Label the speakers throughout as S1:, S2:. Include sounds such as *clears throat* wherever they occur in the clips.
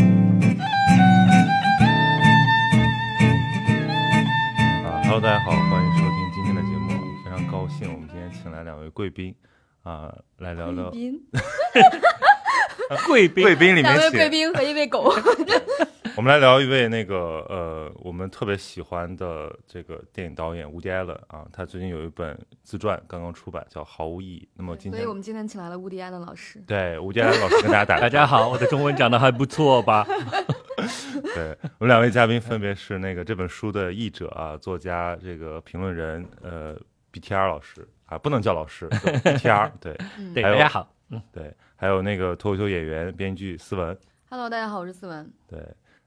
S1: 啊贵宾啊、来聊聊
S2: 贵宾，
S3: 贵宾
S1: 贵宾里
S2: 两
S1: 面
S2: 位贵
S1: 写，
S2: 宾和一位狗。
S1: 我们来聊一位那个呃，我们特别喜欢的这个电影导演吴迪艾伦啊，他最近有一本自传刚刚出版，叫《毫无意义》。那么 *laughs* 今
S2: 所以
S1: 天
S2: 我们今天请来了乌迪安的老师。
S1: 对吴迪艾伦老师跟大家打
S2: *laughs*
S3: 大
S1: 个招
S3: 家好，我的中文讲的还不错吧？
S1: 呼，对我们两位嘉宾分别是那个这本书的译者啊、作家、这个评论人呃 BTR 老师啊，不能叫老师对
S2: *laughs*
S1: BTR 对
S2: 嗯
S3: 对，
S1: 还有
S3: 大家好，
S1: 对，还有那个脱口秀演员、编剧思文。
S2: Hello，大家好，我是思文。
S1: 对，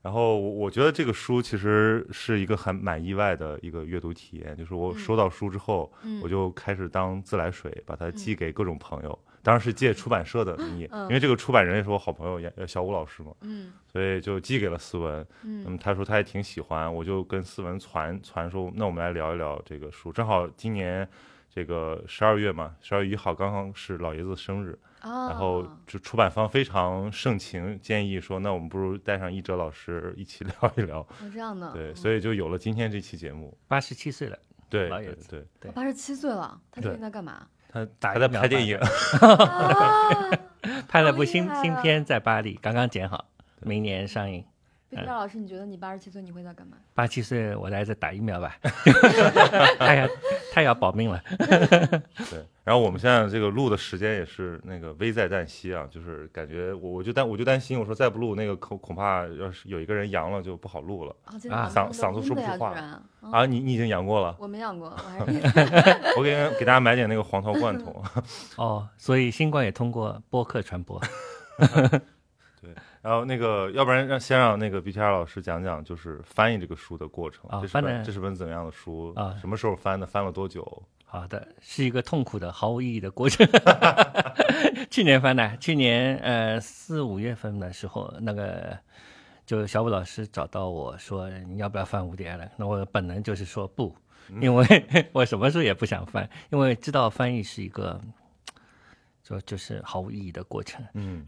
S1: 然后我我觉得这个书其实是一个很蛮意外的一个阅读体验，就是我
S2: 嗯
S1: 收到书之后，
S2: 嗯
S1: 我就开始当自来水，把它寄给各种朋友。当然是借出版社的名义，
S2: 嗯
S1: 因为这个出版人也是我好朋友严呃小武老师嘛，
S2: 嗯
S1: 所以就寄给了思文。那
S2: 嗯
S1: 么他说他也挺喜欢，我就跟思文传传说，那我们来聊一聊这个书。正好今年这个十二月嘛，十二月一号刚刚是老爷子生日，
S2: 啊，
S1: 然后就出版方非常盛情建议说，那我们不如带上译者老师一起 *laughs* 聊一聊，
S2: 哦这样的。
S1: 对，所以就有了今天这期节目。
S3: 八十七岁了，
S1: 对
S3: 老
S1: 对
S3: 爷子
S1: 对，
S2: 我八十七岁了，他最
S1: 对
S2: 近在干嘛？
S1: 他
S3: 打
S1: 还在
S3: 疫苗
S1: 拍电影， *laughs*
S2: 啊，
S3: 拍了部新
S2: 好厉害啊
S3: 新片在巴黎，刚刚剪好，明年上映。
S2: 贝蒂老师，你觉得你八十七岁你会在干嘛？
S3: 八七岁我来再打疫苗吧， *laughs* 太要太要保命了。
S1: 对。然后我们现在这个录的时间也是那个危在旦夕啊，就是感觉我我就担我就担心，我说再不录那个恐恐怕要是有一个人阳了就不好录了
S2: 啊，今
S3: 啊
S2: 天
S1: 嗓嗓子说不出话
S2: 啊。
S1: 啊。你你已经阳过了，
S2: 我没养过，我
S1: *laughs*
S2: 还是
S1: 我给给大家买点那个黄桃罐头。
S3: 哦，所以新冠也通过播客传播。
S1: 然后那个，要不然让先让那个 BTR 老师讲讲，就是翻译这个书的过程。
S3: 啊
S1: 这是
S3: 翻
S1: 本
S3: 的
S1: 这是本怎么样的书
S3: 啊
S1: 什么时候翻的？翻了多久？
S3: 好的，是一个痛苦的、毫无意义的过程。 *laughs* 去年翻的，去年呃四五月份的时候，那个就小武老师找到我说你要不要翻五点了？那我本能就是说不，因为 *laughs* 我什么书也不想翻，因为知道翻译是一个。就就是毫无意义的过程，
S1: 嗯，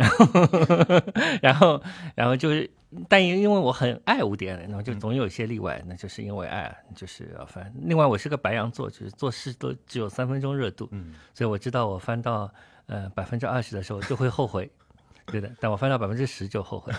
S3: *laughs* 然后，然后就是，但因因为我很爱五点，然后就总有一些例外，那就是因为爱，就是要翻。另外，我是个白羊座，就是做事都只有三分钟热度，
S1: 嗯，
S3: 所以我知道我翻到呃百分之二十的时候就会后悔，对的。但我翻到百分之十就后悔，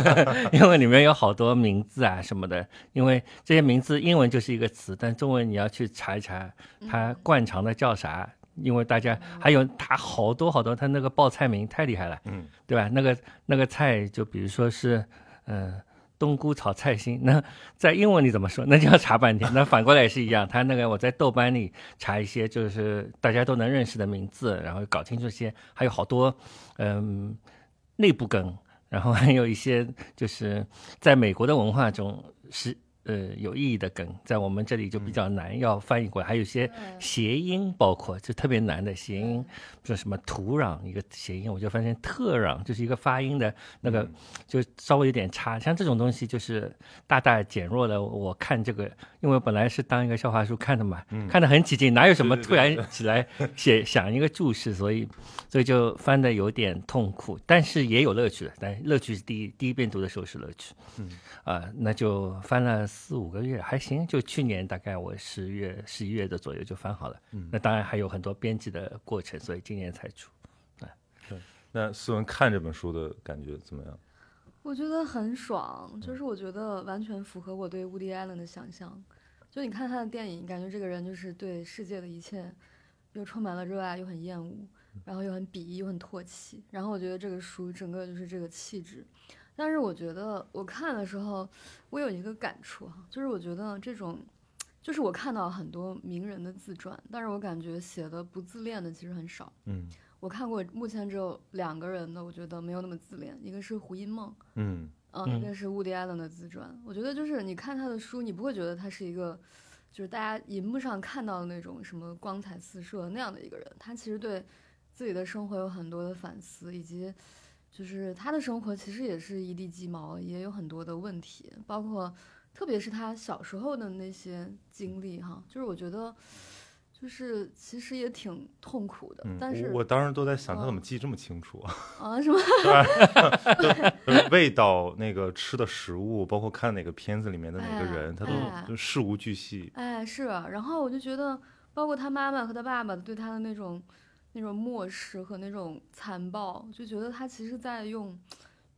S3: *laughs* 因为里面有好多名字啊什么的，因为这些名字英文就是一个词，但中文你要去查一查它惯常的叫啥。因为大家还有它好多好多，它那个报菜名太厉害了，
S1: 嗯，
S3: 对吧？那个那个菜就比如说是，嗯、冬菇炒菜心，那在英文里怎么说？那就要查半天。那反过来也是一样，它那个我在豆瓣里查一些就是大家都能认识的名字，然后搞清楚一些，还有好多嗯内部梗，然后还有一些就是在美国的文化中是呃有意义的梗，在我们这里就比较难要翻译过来，还有一些
S2: 嗯
S3: 谐音，包括就特别难的谐音，比如什么土壤一个谐音，我就发现特壤就是一个发音的那个就稍微有点差，像这种东西就是大大减弱了我看这个，因为本来是当一个笑话书看的嘛，看得很起劲，哪有什么
S1: 嗯对对
S3: 突然起来写想一个注释，所以所以就翻的有点痛苦，但是也有乐趣的，但乐趣是第一第一遍读的时候是乐趣，嗯啊、那就翻了四五个月还行，就去年大概我十月十一月的左右就翻好了，
S1: 嗯
S3: 那当然还有很多编辑的过程，所以今年才出。
S1: 那思文看这本书的感觉怎么样？
S2: 我觉得很爽，就是我觉得完全符合我对 Woody Allen 的想象。就你看他的电影，感觉这个人就是对世界的一切又充满了热爱，又很厌恶，然后又很鄙夷，又很唾弃。然后我觉得这个书整个就是这个气质。但是我觉得我看的时候，我有一个感触哈，就是我觉得这种，就是我看到很多名人的自传，但是我感觉写的不自恋的其实很少。
S1: 嗯
S2: 我看过目前只有两个人的，我觉得没有那么自恋，一个是胡因梦。
S1: 嗯
S2: 嗯，一个是乌迪艾伦的自传。我觉得就是你看他的书，你不会觉得他是一个，就是大家荧幕上看到的那种什么光彩四射那样的一个人。他其实对自己的生活有很多的反思，以及就是他的生活其实也是一地鸡毛，也有很多的问题，包括特别是他小时候的那些经历哈。就是我觉得，就是其实也挺痛苦的，
S1: 嗯，
S2: 但是
S1: 我我当时都在想他
S2: 嗯
S1: 怎么记这么清楚啊，
S2: 啊什么
S1: 就是 *laughs*
S2: 嗯
S1: 味道、那个吃的食物，包括看哪个片子里面的哪个
S2: 哎
S1: 人，他都
S2: 哎
S1: 就事无巨细。
S2: 哎，是啊，然后我就觉得，包括他妈妈和他爸爸对他的那种那种漠视和那种残暴，就觉得他其实在用，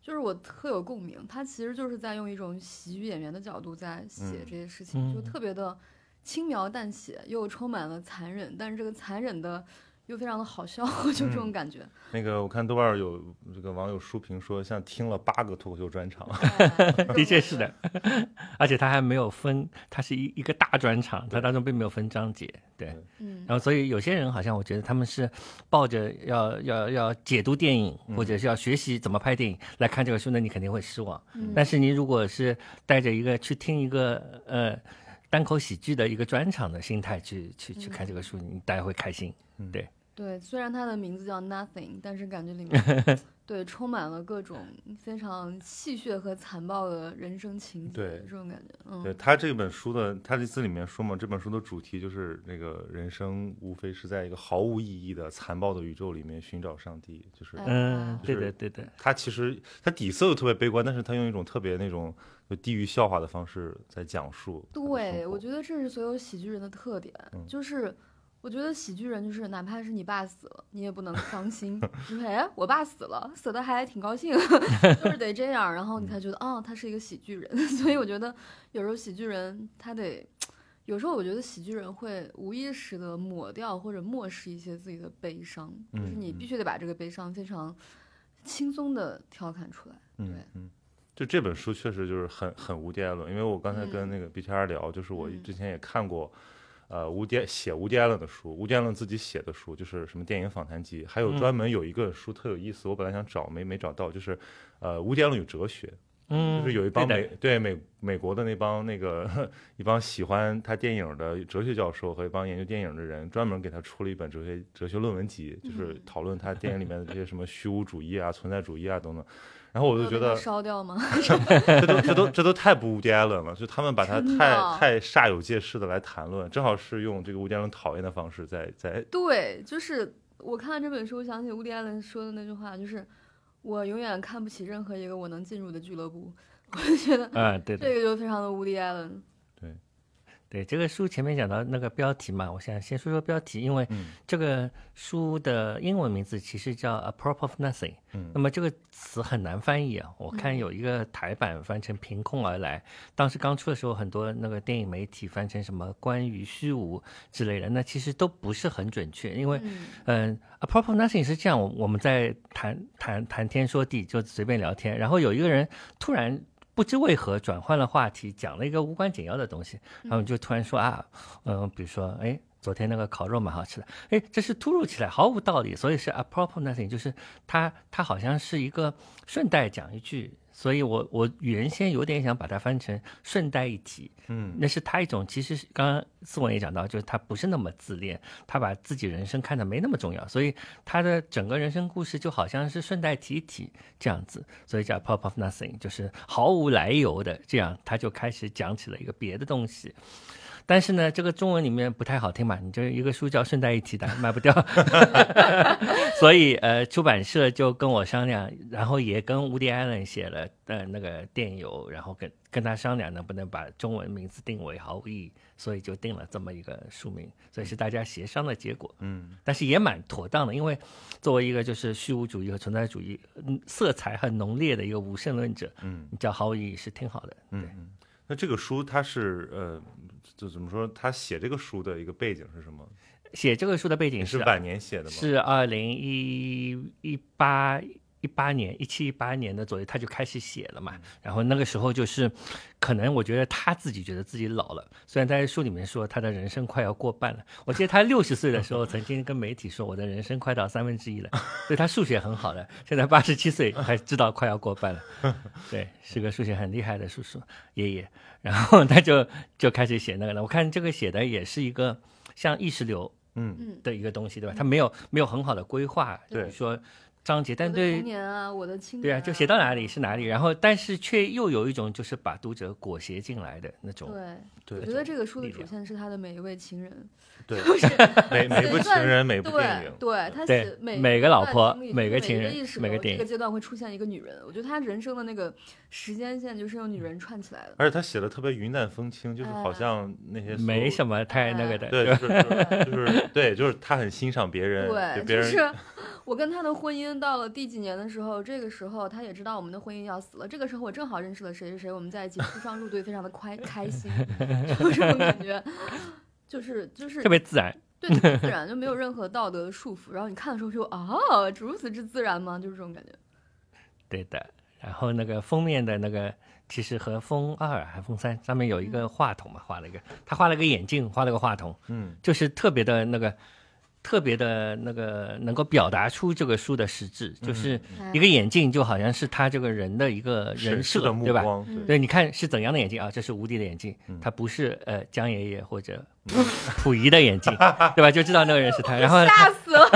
S2: 就是我特有共鸣。他其实就是在用一种喜剧演员的角度在写
S1: 嗯
S2: 这些事情，就
S3: 嗯
S2: 特别的轻描淡写，又充满了残忍，但是这个残忍的又非常的好笑， *laughs* 就这种
S3: 嗯
S2: 感
S3: *laughs*
S2: 觉。
S1: 那个我看豆瓣儿有这个网友书评说，像听了八个脱口秀专场。
S2: 哎
S3: 的确是的，而且他还没有分，他是一一个大专场，他
S1: 对
S3: 当中并没有分章节，对。
S2: 嗯，
S3: 然后，所以有些人好像我觉得他们是抱着要要要解读电影，
S1: 嗯
S3: 或者是要学习怎么拍电影来看这个书，那你肯定会失望。
S2: 嗯
S3: 但是你如果是带着一个去听一个呃单口喜剧的一个专场的心态去去去看这个书，
S1: 嗯
S3: 你大家会开心。
S2: 对，虽然它的名字叫 Nothing，但是感觉里面
S1: *laughs*
S2: 对充满了各种非常戏谑和残暴的人生情节，
S1: 对
S2: 这种感觉，
S1: 对
S2: 嗯，
S1: 他这本书的，他这字里面说嘛，这本书的主题就是那个人生无非是在一个毫无意义的残暴的宇宙里面寻找上帝，就是
S2: 哎
S3: 嗯，对
S1: 就是
S3: 的对的，
S1: 他其实他底色又特别悲观，但是他用一种特别那种就低于笑话的方式在讲述他的生活。
S2: 对，我觉得这是所有喜剧人的特点，
S1: 嗯
S2: 就是我觉得喜剧人就是哪怕是你爸死了，你也不能伤心，因为哎，我爸死了，死的还挺高兴， *laughs* 就是得这样，然后你才觉得啊、他是一个喜剧人， *laughs* 所以我觉得有时候喜剧人他得。有时候我觉得喜剧人会无意识的抹掉或者漠视一些自己的悲伤，就是
S1: 嗯
S2: 你
S1: 嗯
S2: 必须得把这个悲伤非常轻松的调侃出来。
S1: 嗯
S2: 对
S1: 嗯，就这本书确实就是很很无迪艾伦，因为我刚才跟
S2: 嗯
S1: 那个 BTR 聊，就是我
S2: 嗯
S1: 之前也看过，呃，无迪写无迪艾伦的书，无迪艾伦自己写的书，就是什么电影访谈集，还有
S3: 嗯
S1: 专门有一个书特有意思，我本来想找没没找到，就是呃，无迪艾伦有哲学，
S3: 嗯，
S1: 就是有一帮
S3: 对
S1: 美
S3: 的
S1: 对美美国的那帮那个一帮喜欢他电影的哲学教授和一帮研究电影的人，专门给他出了一本哲学哲学论文集，就是
S2: 嗯
S1: 讨论他电影里面的这些什么虚无主义啊、存在主义啊等等。然后我
S2: 我
S1: 就觉得
S2: 烧掉吗？
S1: 这都这都这都太不无迪艾伦了，就他们把他
S2: 真的
S1: 太太煞有介事的来谈论，正好是用这个无迪艾伦讨厌的方式在在
S2: 对，就是我看了这本书，我想起乌迪艾伦说的那句话，就是我永远看不起任何一个我能进入的俱乐部。 *laughs* 我就觉得
S3: 嗯，对的
S2: 这。个就非常的乌迪艾伦。
S3: 对这个书前面讲到那个标题嘛，我想先说说标题，因为
S1: 嗯
S3: 这个书的英文名字其实叫《A Prop of Nothing》，
S1: 嗯
S3: 那么这个词很难翻译啊。我看
S2: 嗯
S3: 有一个台版翻成“凭空而来”，当时刚出的时候，很多那个电影媒体翻成什么“关于虚无”之类的，那其实都不是很准确，因为
S2: 嗯
S3: 嗯，A Prop of Nothing 是这样，我我们在谈谈谈天说地，就随便聊天，然后有一个人突然不知为何转换了话题，讲了一个无关紧要的东西，然后就突然说啊，嗯，比如说，哎，昨天那个烤肉蛮好吃的，哎，这是突如其来，毫无道理，所以是 A Prop of Nothing，就是它它好像是一个顺带讲一句。所以我，我原先有点想把它翻成顺带一提，
S1: 嗯
S3: 那是他一种，其实是刚刚思文也讲到，就是他不是那么自恋，他把自己人生看得没那么重要，所以他的整个人生故事就好像是顺带提一提这样子，所以叫 pop of nothing，就是毫无来由的这样，他就开始讲起了一个别的东西。但是呢，这个中文里面不太好听嘛，你这一个书叫顺带一提的，卖不掉， *laughs* 所以呃，出版社就跟我商量，然后也跟乌迪艾伦写了呃那个电邮，然后跟跟他商量能不能把中文名字定为毫无意义，所以就定了这么一个书名，所以是大家协商的结果，
S1: 嗯
S3: 但是也蛮妥当的，因为作为一个就是虚无主义和存在主义嗯色彩很浓烈的一个无神论者，
S1: 嗯
S3: 你叫毫无意义是挺好的，
S1: 嗯嗯。那这个书它是呃，就怎么说？他写这个书的一个背景是什么？
S3: 写这个书的背
S1: 也
S3: 景
S1: 是
S3: 是啊
S1: 晚年写的吗？嗯
S3: 是二零一一八一八年一七一八年的左右，他就开始写了
S1: 嗯
S3: 嘛。然后那个时候就是，可能我觉得他自己觉得自己老了，虽然他在书里面说他的人生快要
S1: *laughs*
S3: 过半了。我记得他六十岁的时候曾经跟媒体说我的人生快到三分之一了，所以他数学很好的，现在八十七岁还知道快要过半了。
S1: *laughs*
S3: 对，是个数学很厉害的叔叔爷爷。然后他就就开始写那个了。我看这个写的也是一个像意识流。
S1: 嗯
S2: 嗯
S3: 的一个东西，对吧？它没有没有很好的规划，
S1: 对
S3: 比如说章节，但
S2: 我的
S3: 对
S2: 童年啊，我的青年、
S3: 对啊，就写到哪里是哪里，然后但是却又有一种就是把读者裹挟进来的那种，
S2: 对，
S1: 对
S2: 我觉得这个书的
S3: 力
S2: 主
S3: 量
S2: 线是他的每一位情人， *laughs*
S1: 对
S2: 就是
S1: 每每部情人，每部电
S2: 对
S1: 影，
S2: 对，他
S3: 对
S2: 写每
S3: 每
S2: 一
S3: 个老
S2: 段
S3: 婆
S2: 经历
S3: 每
S2: 个
S3: 个情人
S2: 意识
S3: 每
S2: 流
S3: 个电
S2: 这个阶段会出现一个女人，我觉得他人生的那个时间线就是用女人串起
S3: *laughs*
S2: 来的。
S1: 而且他写的特别云淡风轻，就是
S2: 嗯
S1: 好像那些
S3: 没
S1: 么。
S3: 什么太那个
S2: 哎
S3: 的。
S1: 对，就是就是对，就是他很欣赏别人，
S2: 对，
S1: 就别
S2: 就
S1: 人
S2: 是 *laughs* 我跟他的婚姻到了第几年的时候，这个时候他也知道我们的婚姻要死了。这个时候我正好认识了谁谁谁，我们在一起出双入对，非常的快开心，
S3: *laughs*
S2: 就这种感觉，就是就是
S3: 特别自然，
S2: 对特别自然，就没有任何道德的束缚。然后你看的时候就啊，如此之自然吗？就是这种感觉。
S3: 对的。然后那个封面的那个，其实和风二还风三上面有一个话筒嘛，画了一个，他画了个眼镜，画了个话筒，
S1: 嗯，
S3: 就是特别的那个，特别的那个能够表达出这个书的实质，就是嗯一个眼镜就好像是他这个人的一个人
S1: 审视
S3: 设
S1: 的，目
S3: 对吧？
S1: 光，嗯
S2: 嗯
S3: 对，你看是怎样的眼镜啊？这是无敌的眼镜，他不是呃江爷爷或者溥仪的眼镜， *laughs* 对吧？就知道那个人是他。然后
S2: 哎吓死了！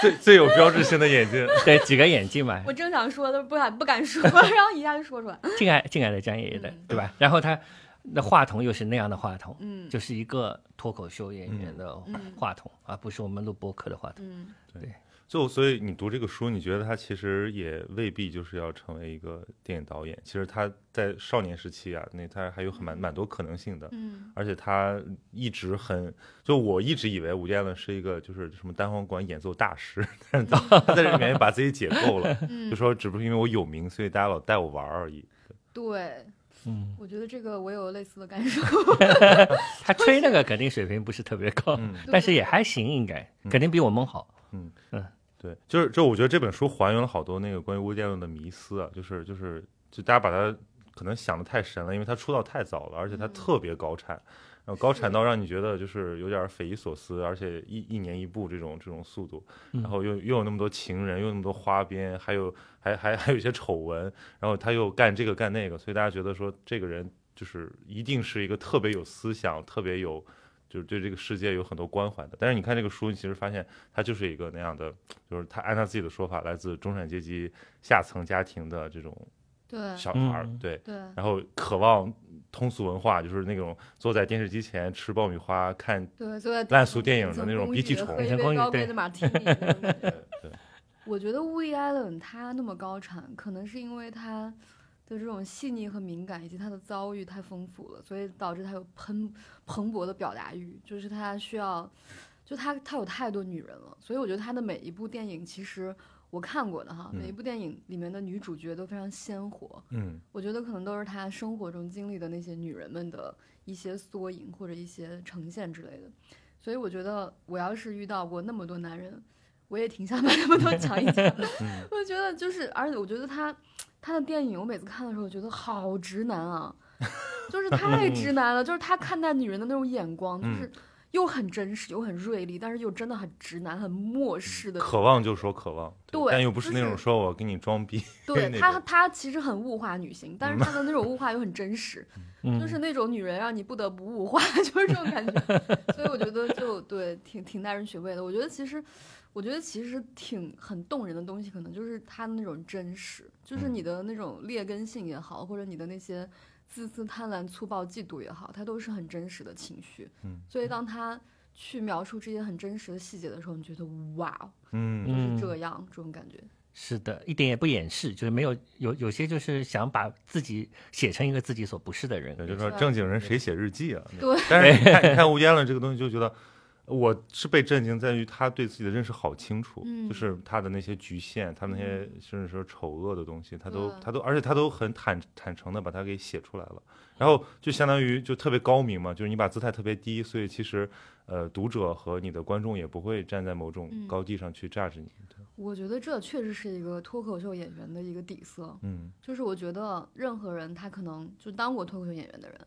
S1: 最最有标志性的眼镜，
S3: 对几个眼镜嘛，
S2: 我正想说，都不敢不敢说，然后一下就说出来。
S3: 敬爱敬爱的江爷爷的
S2: 嗯，
S3: 对吧？然后他那话筒又是那样的话筒，
S2: 嗯
S3: 就是一个脱口秀演员的
S2: 嗯
S3: 话筒，而不是我们录播客的话筒。
S2: 嗯，
S1: 就所以你读这个书，你觉得他其实也未必就是要成为一个电影导演，其实他在少年时期啊，那他还有很蛮蛮多可能性的，
S3: *laughs*
S2: 嗯
S1: 而且他一直很，就我一直以为伍迪·艾伦是一个就是什么单簧管演奏大师，但是他他在这里面把自己解构了， *laughs*
S2: 嗯
S1: 就，说只不过因为我有名，所以大家老带我玩儿而已。
S2: 对，
S3: 嗯，
S2: 我觉得这个我有类似的感受。
S3: 他吹那个肯定水平不是特别高，
S1: 嗯
S3: 但是也还行，应该肯定比我们好。
S1: 对，就是就我觉得这本书还原了好多那个关于乌迪艾伦的迷思啊，就是就是就大家把他可能想的太神了，因为他出道太早了，而且他
S2: 嗯
S1: 特别高产，然后高
S2: 是
S1: 产到让你觉得就是有点匪夷所思，而且一一年一部这种这种速度，然
S2: 嗯
S1: 后又又有那么多情人，又有那么多花边，还有还还还有一些丑闻，然后他又干这个干那个，所以大家觉得说这个人就是一定是一个特别有思想、特别有就是对这个世界有很多关怀的。但是你看这个书，你其实发现他就是一个那样的，就是他按他自己的说法，来自中产阶级下层家庭的这种
S2: 对
S1: 小孩儿，
S3: 嗯
S1: 对，
S2: 对，
S1: 然后渴望通俗文化，就是那种坐在电视机前吃爆米花、看
S2: 对，坐在
S1: 烂俗电影的那种鼻涕虫。
S2: 喝一
S3: 人
S2: 杯
S3: 工
S2: 高
S3: 雨对
S2: 杯的马
S1: *laughs*
S2: 提尼那种感觉。
S1: 呃对，
S2: 我觉得 Woody Allen 他嗯那么高产，可能是因为他的这种细腻和敏感，以及他的遭遇太丰富了，所以导致他有喷蓬勃的表达欲，就是他需要，就他他有太多女人了，所以我觉得他的每一部电影其实。我看过的哈，
S1: 嗯
S2: 每一部电影里面的女主角都非常鲜活，
S1: 嗯
S2: 我觉得可能都是他生活中经历的那些女人们的一些缩影或者一些呈现之类的。所以我觉得，我要是遇到过那么多男人，我也挺想把他们都讲一讲。
S1: *laughs*
S2: *laughs*
S1: 嗯，
S2: 我觉得就是，而且我觉得他他的电影，我每次看的时候，我觉得好直男啊，就是
S1: *laughs* 嗯
S2: 太直男了，就是他看待女人的那种眼光，就是又很真实，又很锐利，但是又真的很直男、
S1: 嗯
S2: 很漠视的那种
S1: 渴望就说渴望，
S2: 对
S1: 但又不是
S2: 就
S1: 那种
S2: 是
S1: 说我给你装逼，
S2: 对
S1: 那
S2: 他，
S1: 种
S2: 他其实很物化女性，但是他的那种物化又很真实，
S3: 嗯
S2: 就是那种女人让你不得不物化， *laughs* 就是这种感觉。所以我觉得就对，挺挺耐人寻味的。我觉得其实，我觉得其实挺很动人的东西，可能就是他的那种真实，就是
S1: 嗯
S2: 你的那种劣根性也好，或者你的那些自私、贪婪、粗暴、嫉妒也好，它都是很真实的情绪。
S1: 嗯
S2: 所以当他去描述这些很真实的细节的时候，你觉得哇，哦
S1: 嗯
S2: 就是这
S3: 嗯
S2: 样、这种感觉。
S3: 是的，一点也不掩饰，就是没有有有些就是想把自己写成一个自己所不是的人。
S1: 对，就说
S2: 是
S1: 正经人谁写日记啊？
S2: 对，
S1: 但是你 *laughs* 看，你看吴彦伦这个东西，就觉得我是被震惊在于他对自己的认识好清楚，
S2: 嗯
S1: 就是他的那些局限，他那些甚至说丑恶的东西，他都
S2: 对
S1: 他都，而且他都很坦坦诚的把它给写出来了。然后就相当于就特别高明嘛，就是你把姿态特别低，所以其实呃读者和你的观众也不会站在某种
S2: 嗯
S1: 高地上去榨制你。
S2: 我觉得这确实是一个脱口秀演员的一个底色，
S1: 嗯
S2: 就是我觉得任何人他可能就当过脱口秀演员的人，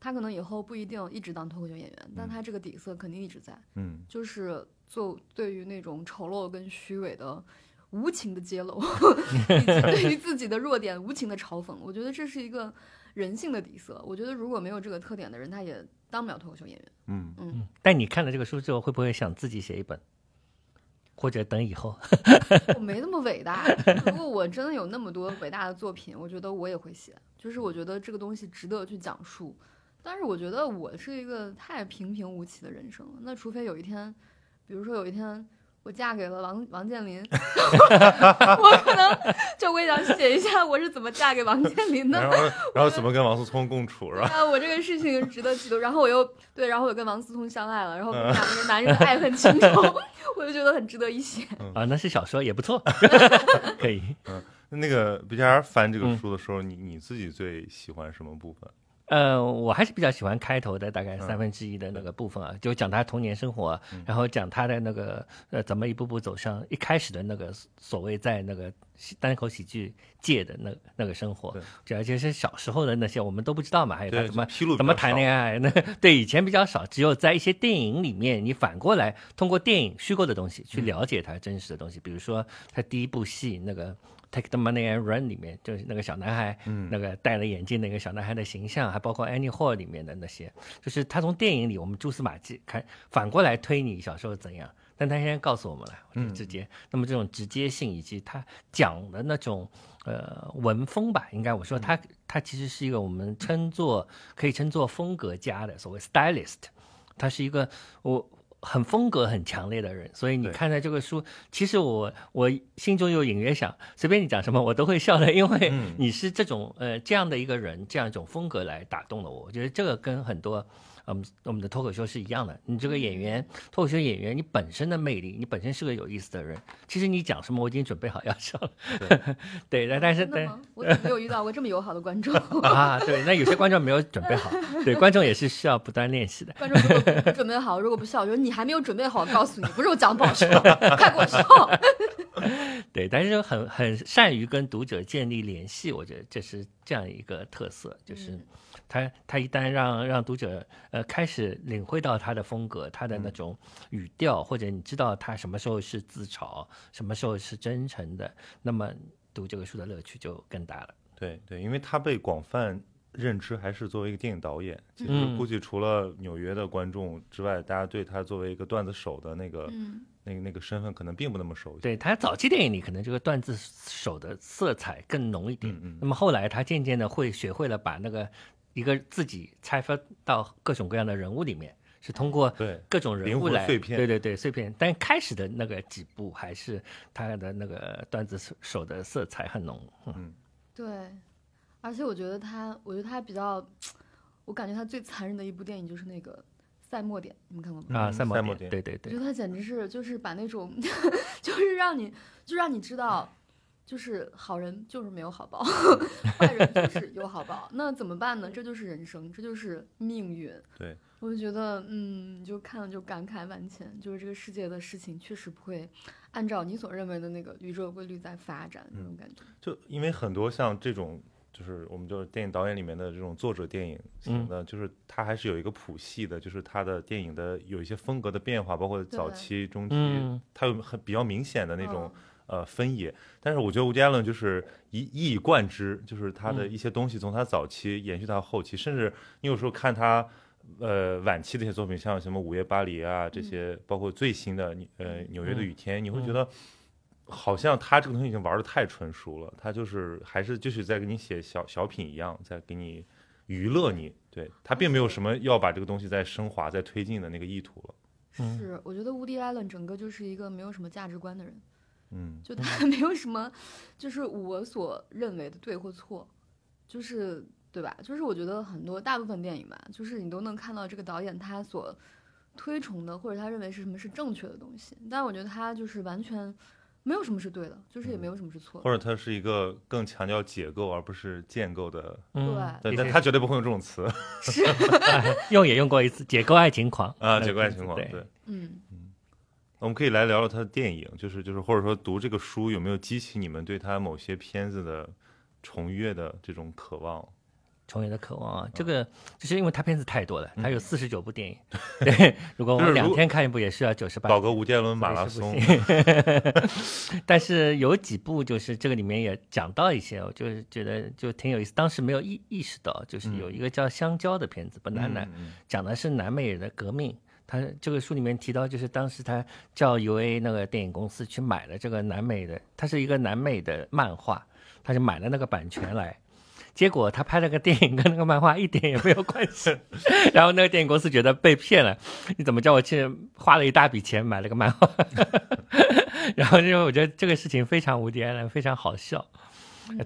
S2: 他可能以后不一定一直当脱口秀演员，但他这个底色肯定一直在，
S1: 嗯，
S2: 就是做对于那种丑陋跟虚伪的无情的揭露， *laughs* 以及对于自己的弱点无情的嘲讽，我觉得这是一个人性的底色。我觉得如果没有这个特点的人，他也当不了脱口秀演员。
S1: 嗯，
S2: 嗯，
S3: 但你看了这个书之后，会不会想自己写一本？或者等以后。
S2: 我没那么伟
S3: *laughs*
S2: 大。如果我真的有那么多伟大的作品，我觉得我也会写。就是我觉得这个东西值得去讲述。但是我觉得我是一个太平平无奇的人生了。那除非有一天，比如说有一天我嫁给了王王健
S3: *laughs*
S2: 林，我可能就会想写一下我是怎么嫁给王健林的。
S1: 然后然后怎么跟王思聪共处是吧？
S2: 啊，我这个事情值得记录。然后我又对，然后我跟王思聪相爱了，然后我
S3: 嗯
S2: 们两个男人的爱恨情仇， *laughs* 我就觉得很值得一写。
S1: 嗯
S3: 啊，那是小说也
S1: *laughs*
S3: 不错，可以。
S1: 那个 B T R 翻这
S3: 嗯
S1: 个书的时候，你你自己最喜欢什么部分？
S3: 呃，我还是比较喜欢开头的大
S1: 嗯
S3: 概三分之一的那个部分啊，就讲他童年生活，啊然后讲他的那个呃怎么一步步走上一开始的那个所谓在那个喜单口喜剧界的那那个生活
S1: 对，
S3: 就而且是小时候的那些我们都不知道嘛，还有哎他
S1: 对，
S3: 怎么
S1: 披露
S3: 怎么谈恋爱？那对以前比较少，只有在一些电影里面，你反过来通过电影虚构的东西去了解他真实的东西。比如说他第一部戏那个《Take the Money and Run》里面，就是那个小男孩，
S1: 嗯
S3: 那个戴了眼镜那个小男孩的形象，还包括《Annie Hall》里面的那些，就是他从电影里我们蛛丝马迹看，反过来推你小时候怎样。但他现在告诉我们了，我就直接。那么这种直接性以及他讲的那种呃文风吧，应该我说他
S1: 嗯
S3: 他其实是一个我们称作可以称作风格家的所谓 stylist，他是一个我很风格很强烈的人，所以你
S1: 对
S3: 看待这个书，其实我我心中有隐约想，随便你讲什么我都会笑的，因为
S1: 嗯
S3: 你是这种呃这样的一个人，这样一种风格来打动了我，我觉得这个跟很多。嗯，我们的脱口秀是一样的。你这个演
S1: 嗯
S3: 员，脱口秀演员，你本身的魅力，你本身是个有意思的人。其实你讲什么，我已经准备好要笑了。 *laughs* 对，但但是
S2: 真的
S3: 但
S2: 吗？我怎么没有遇到过这么友好的观众？
S3: 啊，对，那有些观众没有准
S2: *laughs*
S3: 备好，对，观众也是需要不断练习的。
S2: 观众如果不准备好，如果不笑，我觉得你还没有准备好，我告诉你，不是我讲的不好笑，快给我笑。
S3: 对，但是很很善于跟读者建立联系，我觉得这是这样一个特色，就是
S2: 嗯
S3: 他他一旦让让读者呃开始领会到他的风格，他
S2: 嗯
S3: 的那种语调，或者你知道他什么时候是自嘲，什么时候是真诚的，那么读这个书的乐趣就更大了。
S1: 对对，因为他被广泛认知还是作为一个电影导演，其实
S3: 嗯
S1: 估计除了纽约的观众之外，大家对他作为一个段子手的那个、
S2: *laughs* 嗯，
S1: 那个那个身份可能并不那么熟悉。
S3: 对他早期电影里可能这个段子手的色彩更浓一点，
S1: 嗯嗯，
S3: 那么后来他渐渐的会学会了把那个一个自己拆分到各种各样的人物里面，是通过
S1: 对
S3: 各种人
S1: 灵
S3: 物
S1: 活
S3: 来
S1: 碎片
S3: 对对对碎片。但开始的那个几部还是他的那个段子手手的色彩很浓，嗯
S2: 对，而且我觉得他，我觉得他比较，我感觉他最残忍的一部电影就是那个《赛末点》，你们看过吗？
S3: 啊，
S1: 嗯
S3: 赛
S1: 赛
S3: 摩
S1: 摩
S3: 点，
S1: 点
S3: 对对
S2: 我
S3: 对
S2: 觉，得他简直是就是把那种， *laughs* 就是让你就让你知道，就是好人就是没有好报，
S1: 嗯
S2: *laughs* 坏人就是有好报，那怎么办呢？这就是人生，这就是命运。
S1: 对，
S2: 我就觉得，嗯，就看了就感慨万千，就是这个世界的事情确实不会按照你所认为的那个宇宙规律在发展，那
S1: 嗯
S2: 种感觉。
S1: 就因为很多像这种。就是我们就是电影导演里面的这种作者电影
S3: 嗯
S1: 型的，就是它还是有一个谱系的，就是它的电影的有一些风格的变化，包括早
S2: 对
S1: 期、中期，
S3: 嗯
S1: 它有很比较明显的那种
S2: 嗯
S1: 呃分野。但是我觉得吴迪艾伦就是一一以贯之，就是他的一些东西从他早期延续到后期，甚至你有时候看他呃晚期的一些作品，像什么《午夜巴黎》啊这些，包括最新的你呃《纽约的雨天》，你会觉得。好像他这个东西已经玩的太纯熟了，他就是还是就是在给你写小小品一样，在给你娱乐你，对他并没有什么要把这个东西再升华、再推进的那个意图了。
S3: 嗯
S2: 是，我觉得 Woody Allen 整个就是一个没有什么价值观的人，
S1: 嗯，
S2: 就他 *laughs* 没有什么，就是我所认为的对或错，就是对吧？就是我觉得很多大部分电影吧，就是你都能看到这个导演他所推崇的或者他认为是什么是正确的东西，但我觉得他就是完全没有什么是对的，就是也没有什么是错的。
S1: 或者它是一个更强调解构而不是建构的，
S3: 嗯，
S1: 对，
S3: 也
S1: 但
S3: 是
S1: 他绝对不会用这种词
S3: *laughs* 用也用过一次解构爱情狂
S1: 啊，
S3: 那
S1: 解构
S3: 个
S1: 爱
S3: 片
S1: 情
S3: 子
S1: 况。
S3: 对，
S1: 对， *laughs*
S2: 嗯，
S1: 我们可以来聊聊他的电影，就是就是或者说读这个书有没有激起你们对他某些片子的重阅的这种渴望？
S3: 重演的渴望啊，这个就是因为他片子太多了，他有四十九部电影，对，如果我
S1: 就是如
S3: 们两
S1: 果
S3: 天看一部也需要九十八
S1: 搞个吴建伦马拉松， *laughs*
S3: 但是有几部就是这个里面也讲到一些，我就是觉得就挺有意思。当时没有意意识到，就是有一个叫《香蕉》的片子，本来呢
S1: 嗯嗯
S3: 讲的是南美的革命，他这个书里面提到，就是当时他叫 UA 那个电影公司去买了这个南美的，它是一个南美的漫画，他就买了那个版权来。结果他拍了个电影，跟那个漫画一点也没有关系。然后那个电影公司觉得被骗了，你怎么叫我去花了一大笔钱买了个漫画？ *laughs* 然后就我觉得这个事情非常无敌艾伦，非常好笑。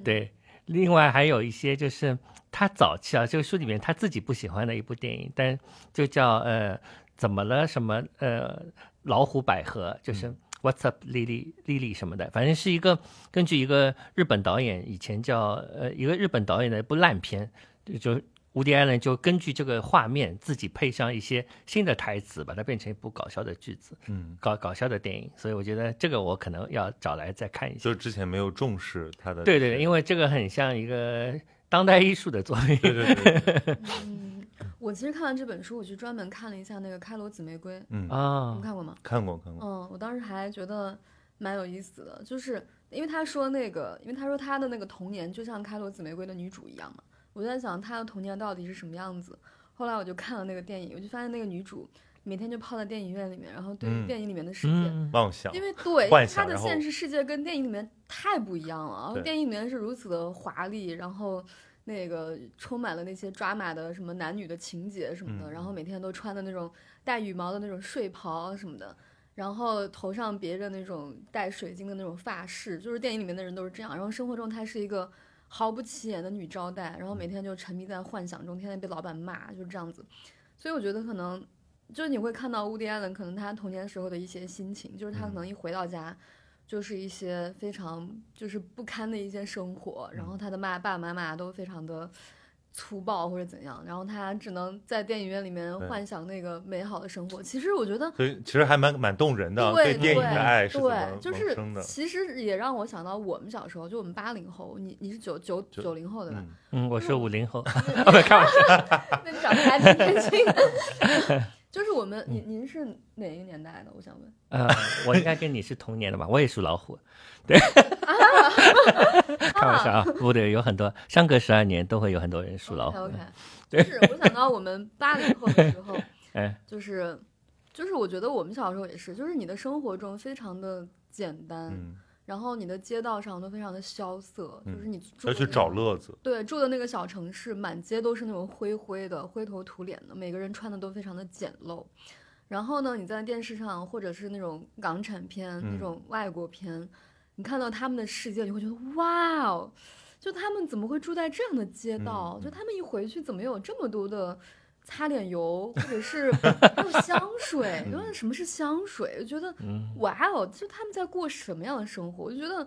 S3: 对，另外还有一些就是他早期啊，这个书里面他自己不喜欢的一部电影，但就叫呃怎么了什么呃老虎百合，就是
S1: 嗯
S3: What's up Lily Lily 什么的，反正是一个根据一个日本导演以前叫呃一个日本导演的一部烂片，就就无敌艾伦就根据这个画面自己配上一些新的台词，把它变成一部搞笑的句子，
S1: 嗯，
S3: 搞搞笑的电影。所以我觉得这个我可能要找来再看一下。
S1: 就是之前没有重视他的，
S3: 对对对，因
S1: 为
S3: 为这个很像一个当代艺术的作品。
S1: 对对对，对
S2: 嗯，我其实看完这本书，我去专门看了一下那个《开罗紫玫瑰》，
S1: 嗯， *laughs*
S2: 你
S3: 啊
S2: 们，看过吗？
S1: 看过看过，
S2: 嗯，我当时还觉得蛮有意思的，就是因为他说那个，因为他说他的那个童年就像《开罗紫玫瑰》的女主一样嘛，我就在想他的童年到底是什么样子。后来我就看了那个电影，我就发现那个女主每天就泡在电影院里面，然后对于
S1: 嗯
S2: 电影里面的世界，
S3: 嗯，
S1: 妄想
S2: 因，为对
S1: 幻
S2: 他
S1: 想
S2: 的
S1: 然后
S2: 现实世界跟电影里面太不一样了，啊
S1: 对
S2: 电影里面是如此的华丽，然后那个充满了那些 drama 的什么男女的情节什么的，
S1: 嗯
S2: 然后每天都穿的那种带羽毛的那种睡袍什么的，然后头上别着那种带水晶的那种发饰，就是电影里面的人都是这样，然后生活中她是一个。毫不起眼的女招待，然后
S1: 嗯
S2: 每天就沉迷在幻想中，天天被老板骂，就是这样子。所以我觉得可能就是你会看到乌迪艾伦可能他童年时候的一些心情，就是他
S1: 嗯
S2: 可能一回到家，就是一些非常就是不堪的一些生活，
S1: 嗯
S2: 然后他的妈爸爸妈妈都非常的粗暴或者怎样，然后他只能在电影院里面
S1: 对
S2: 幻想那个美好的生活。其实我觉得
S1: 所以其实还蛮蛮动人的，啊
S2: 对
S1: 电影的
S2: 对
S1: 爱是怎么
S2: 对，就
S1: 萌
S2: 是
S1: 生的？
S2: 其实也让我想到我们小时候，就我们八零后，你你是九九
S1: 九
S2: 九零后对吧？
S1: 嗯，
S3: 嗯，我是五零后，哦
S2: 啊，不开玩笑，那你长得还挺年轻的。就是我们，您您是哪一个年代的？我想问。
S3: 呃，我应该跟你是同年的吧？我也属老虎，对，开玩笑啊，不对，有很多相隔十二年都会有很多人属老
S2: OK
S3: 虎
S2: OK，就是我想到我们八零后的时候，
S3: 哎，
S2: 就是就是我觉得我们小时候也是，就是你的生活中非常的简单，
S1: 嗯，
S2: 然后你的街道上都非常的萧瑟，
S1: 嗯
S2: 就是你住
S1: 要
S2: 的
S1: 去
S2: 那
S1: 找
S2: 个
S1: 乐子，
S2: 对，住的那个小城市，满街都是那种灰灰的、灰头土脸的，每个人穿的都非常的简陋。然后呢，你在电视上或者是那种港产片、那
S1: 嗯
S2: 种外国片，你看到他们的世界，你会觉得哇哦，就他们怎么会住在这样的街
S1: 嗯
S2: 道？就
S1: 嗯
S2: 他们一回去，怎么有这么多的擦脸油，或
S1: *laughs*
S2: 者是还有香水？就
S1: 嗯
S2: 是什么是香水？就觉得
S3: 嗯，
S2: 哇哦，就他们在过什么样的生活？我就觉得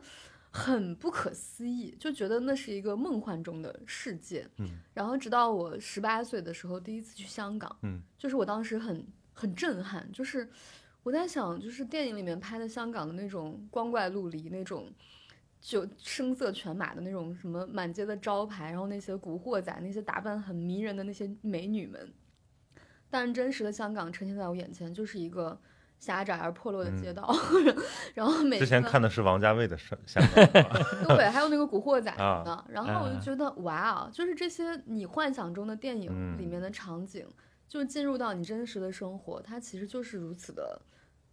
S2: 很不可思议，就觉得那是一个梦幻中的世界。
S1: 嗯
S2: 然后直到我十八岁的时候，第一次去香港，
S1: 嗯，
S2: 就是我当时很很震撼，就是我在想，就是电影里面拍的香港的那种光怪陆离那种。就声色犬马的那种什么满街的招牌，然后那些古惑仔，那些打扮很迷人的那些美女们，但真实的香港呈现在我眼前，就是一个狭窄而破落的街
S1: 嗯
S2: 道， *laughs* 然后每
S1: 之前
S2: 个
S1: 看的是王家卫的香
S2: *laughs*
S1: 香港
S2: 对，还有那个古惑仔什么
S1: 啊
S2: 的。然后我就觉得，哇啊，就是这些你幻想中的电影
S1: 嗯
S2: 里面的场景，就进入到你真实的生活，它其实就是如此的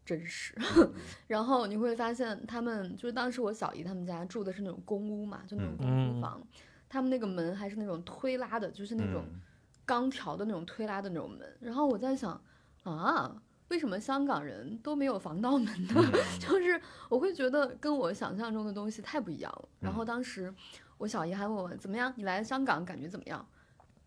S2: 真实。
S1: 嗯
S2: *laughs* 然后你会发现，他们就是当时我小姨他们家住的是那种公屋嘛，就那种
S1: 嗯
S2: 公租
S3: 嗯
S2: 房，他们那个门还是那种推拉的，就是那种
S1: 嗯
S2: 钢条的那种推拉的那种门。然后我在想，啊，为什么香港人都没有防盗门呢？ *laughs* 就是我会觉得跟我想象中的东西太不一样了。然后当时我小姨还问我怎么样，你来香港感觉怎么样？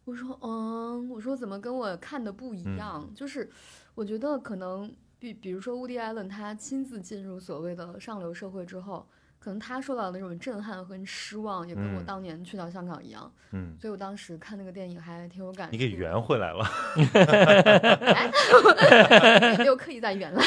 S2: 我说嗯，我说怎么跟我看的不一样？就是我觉得可能比比如说乌迪艾伦他亲自进入所谓的上流社会之后，可能他受到的那种震撼和失望，也跟我
S1: 嗯
S2: 当年去到香港一样。
S1: 嗯，
S2: 所以我当时看那个电影还挺有感触。
S1: 你给圆回来了。
S2: *laughs* 没有刻意在圆了。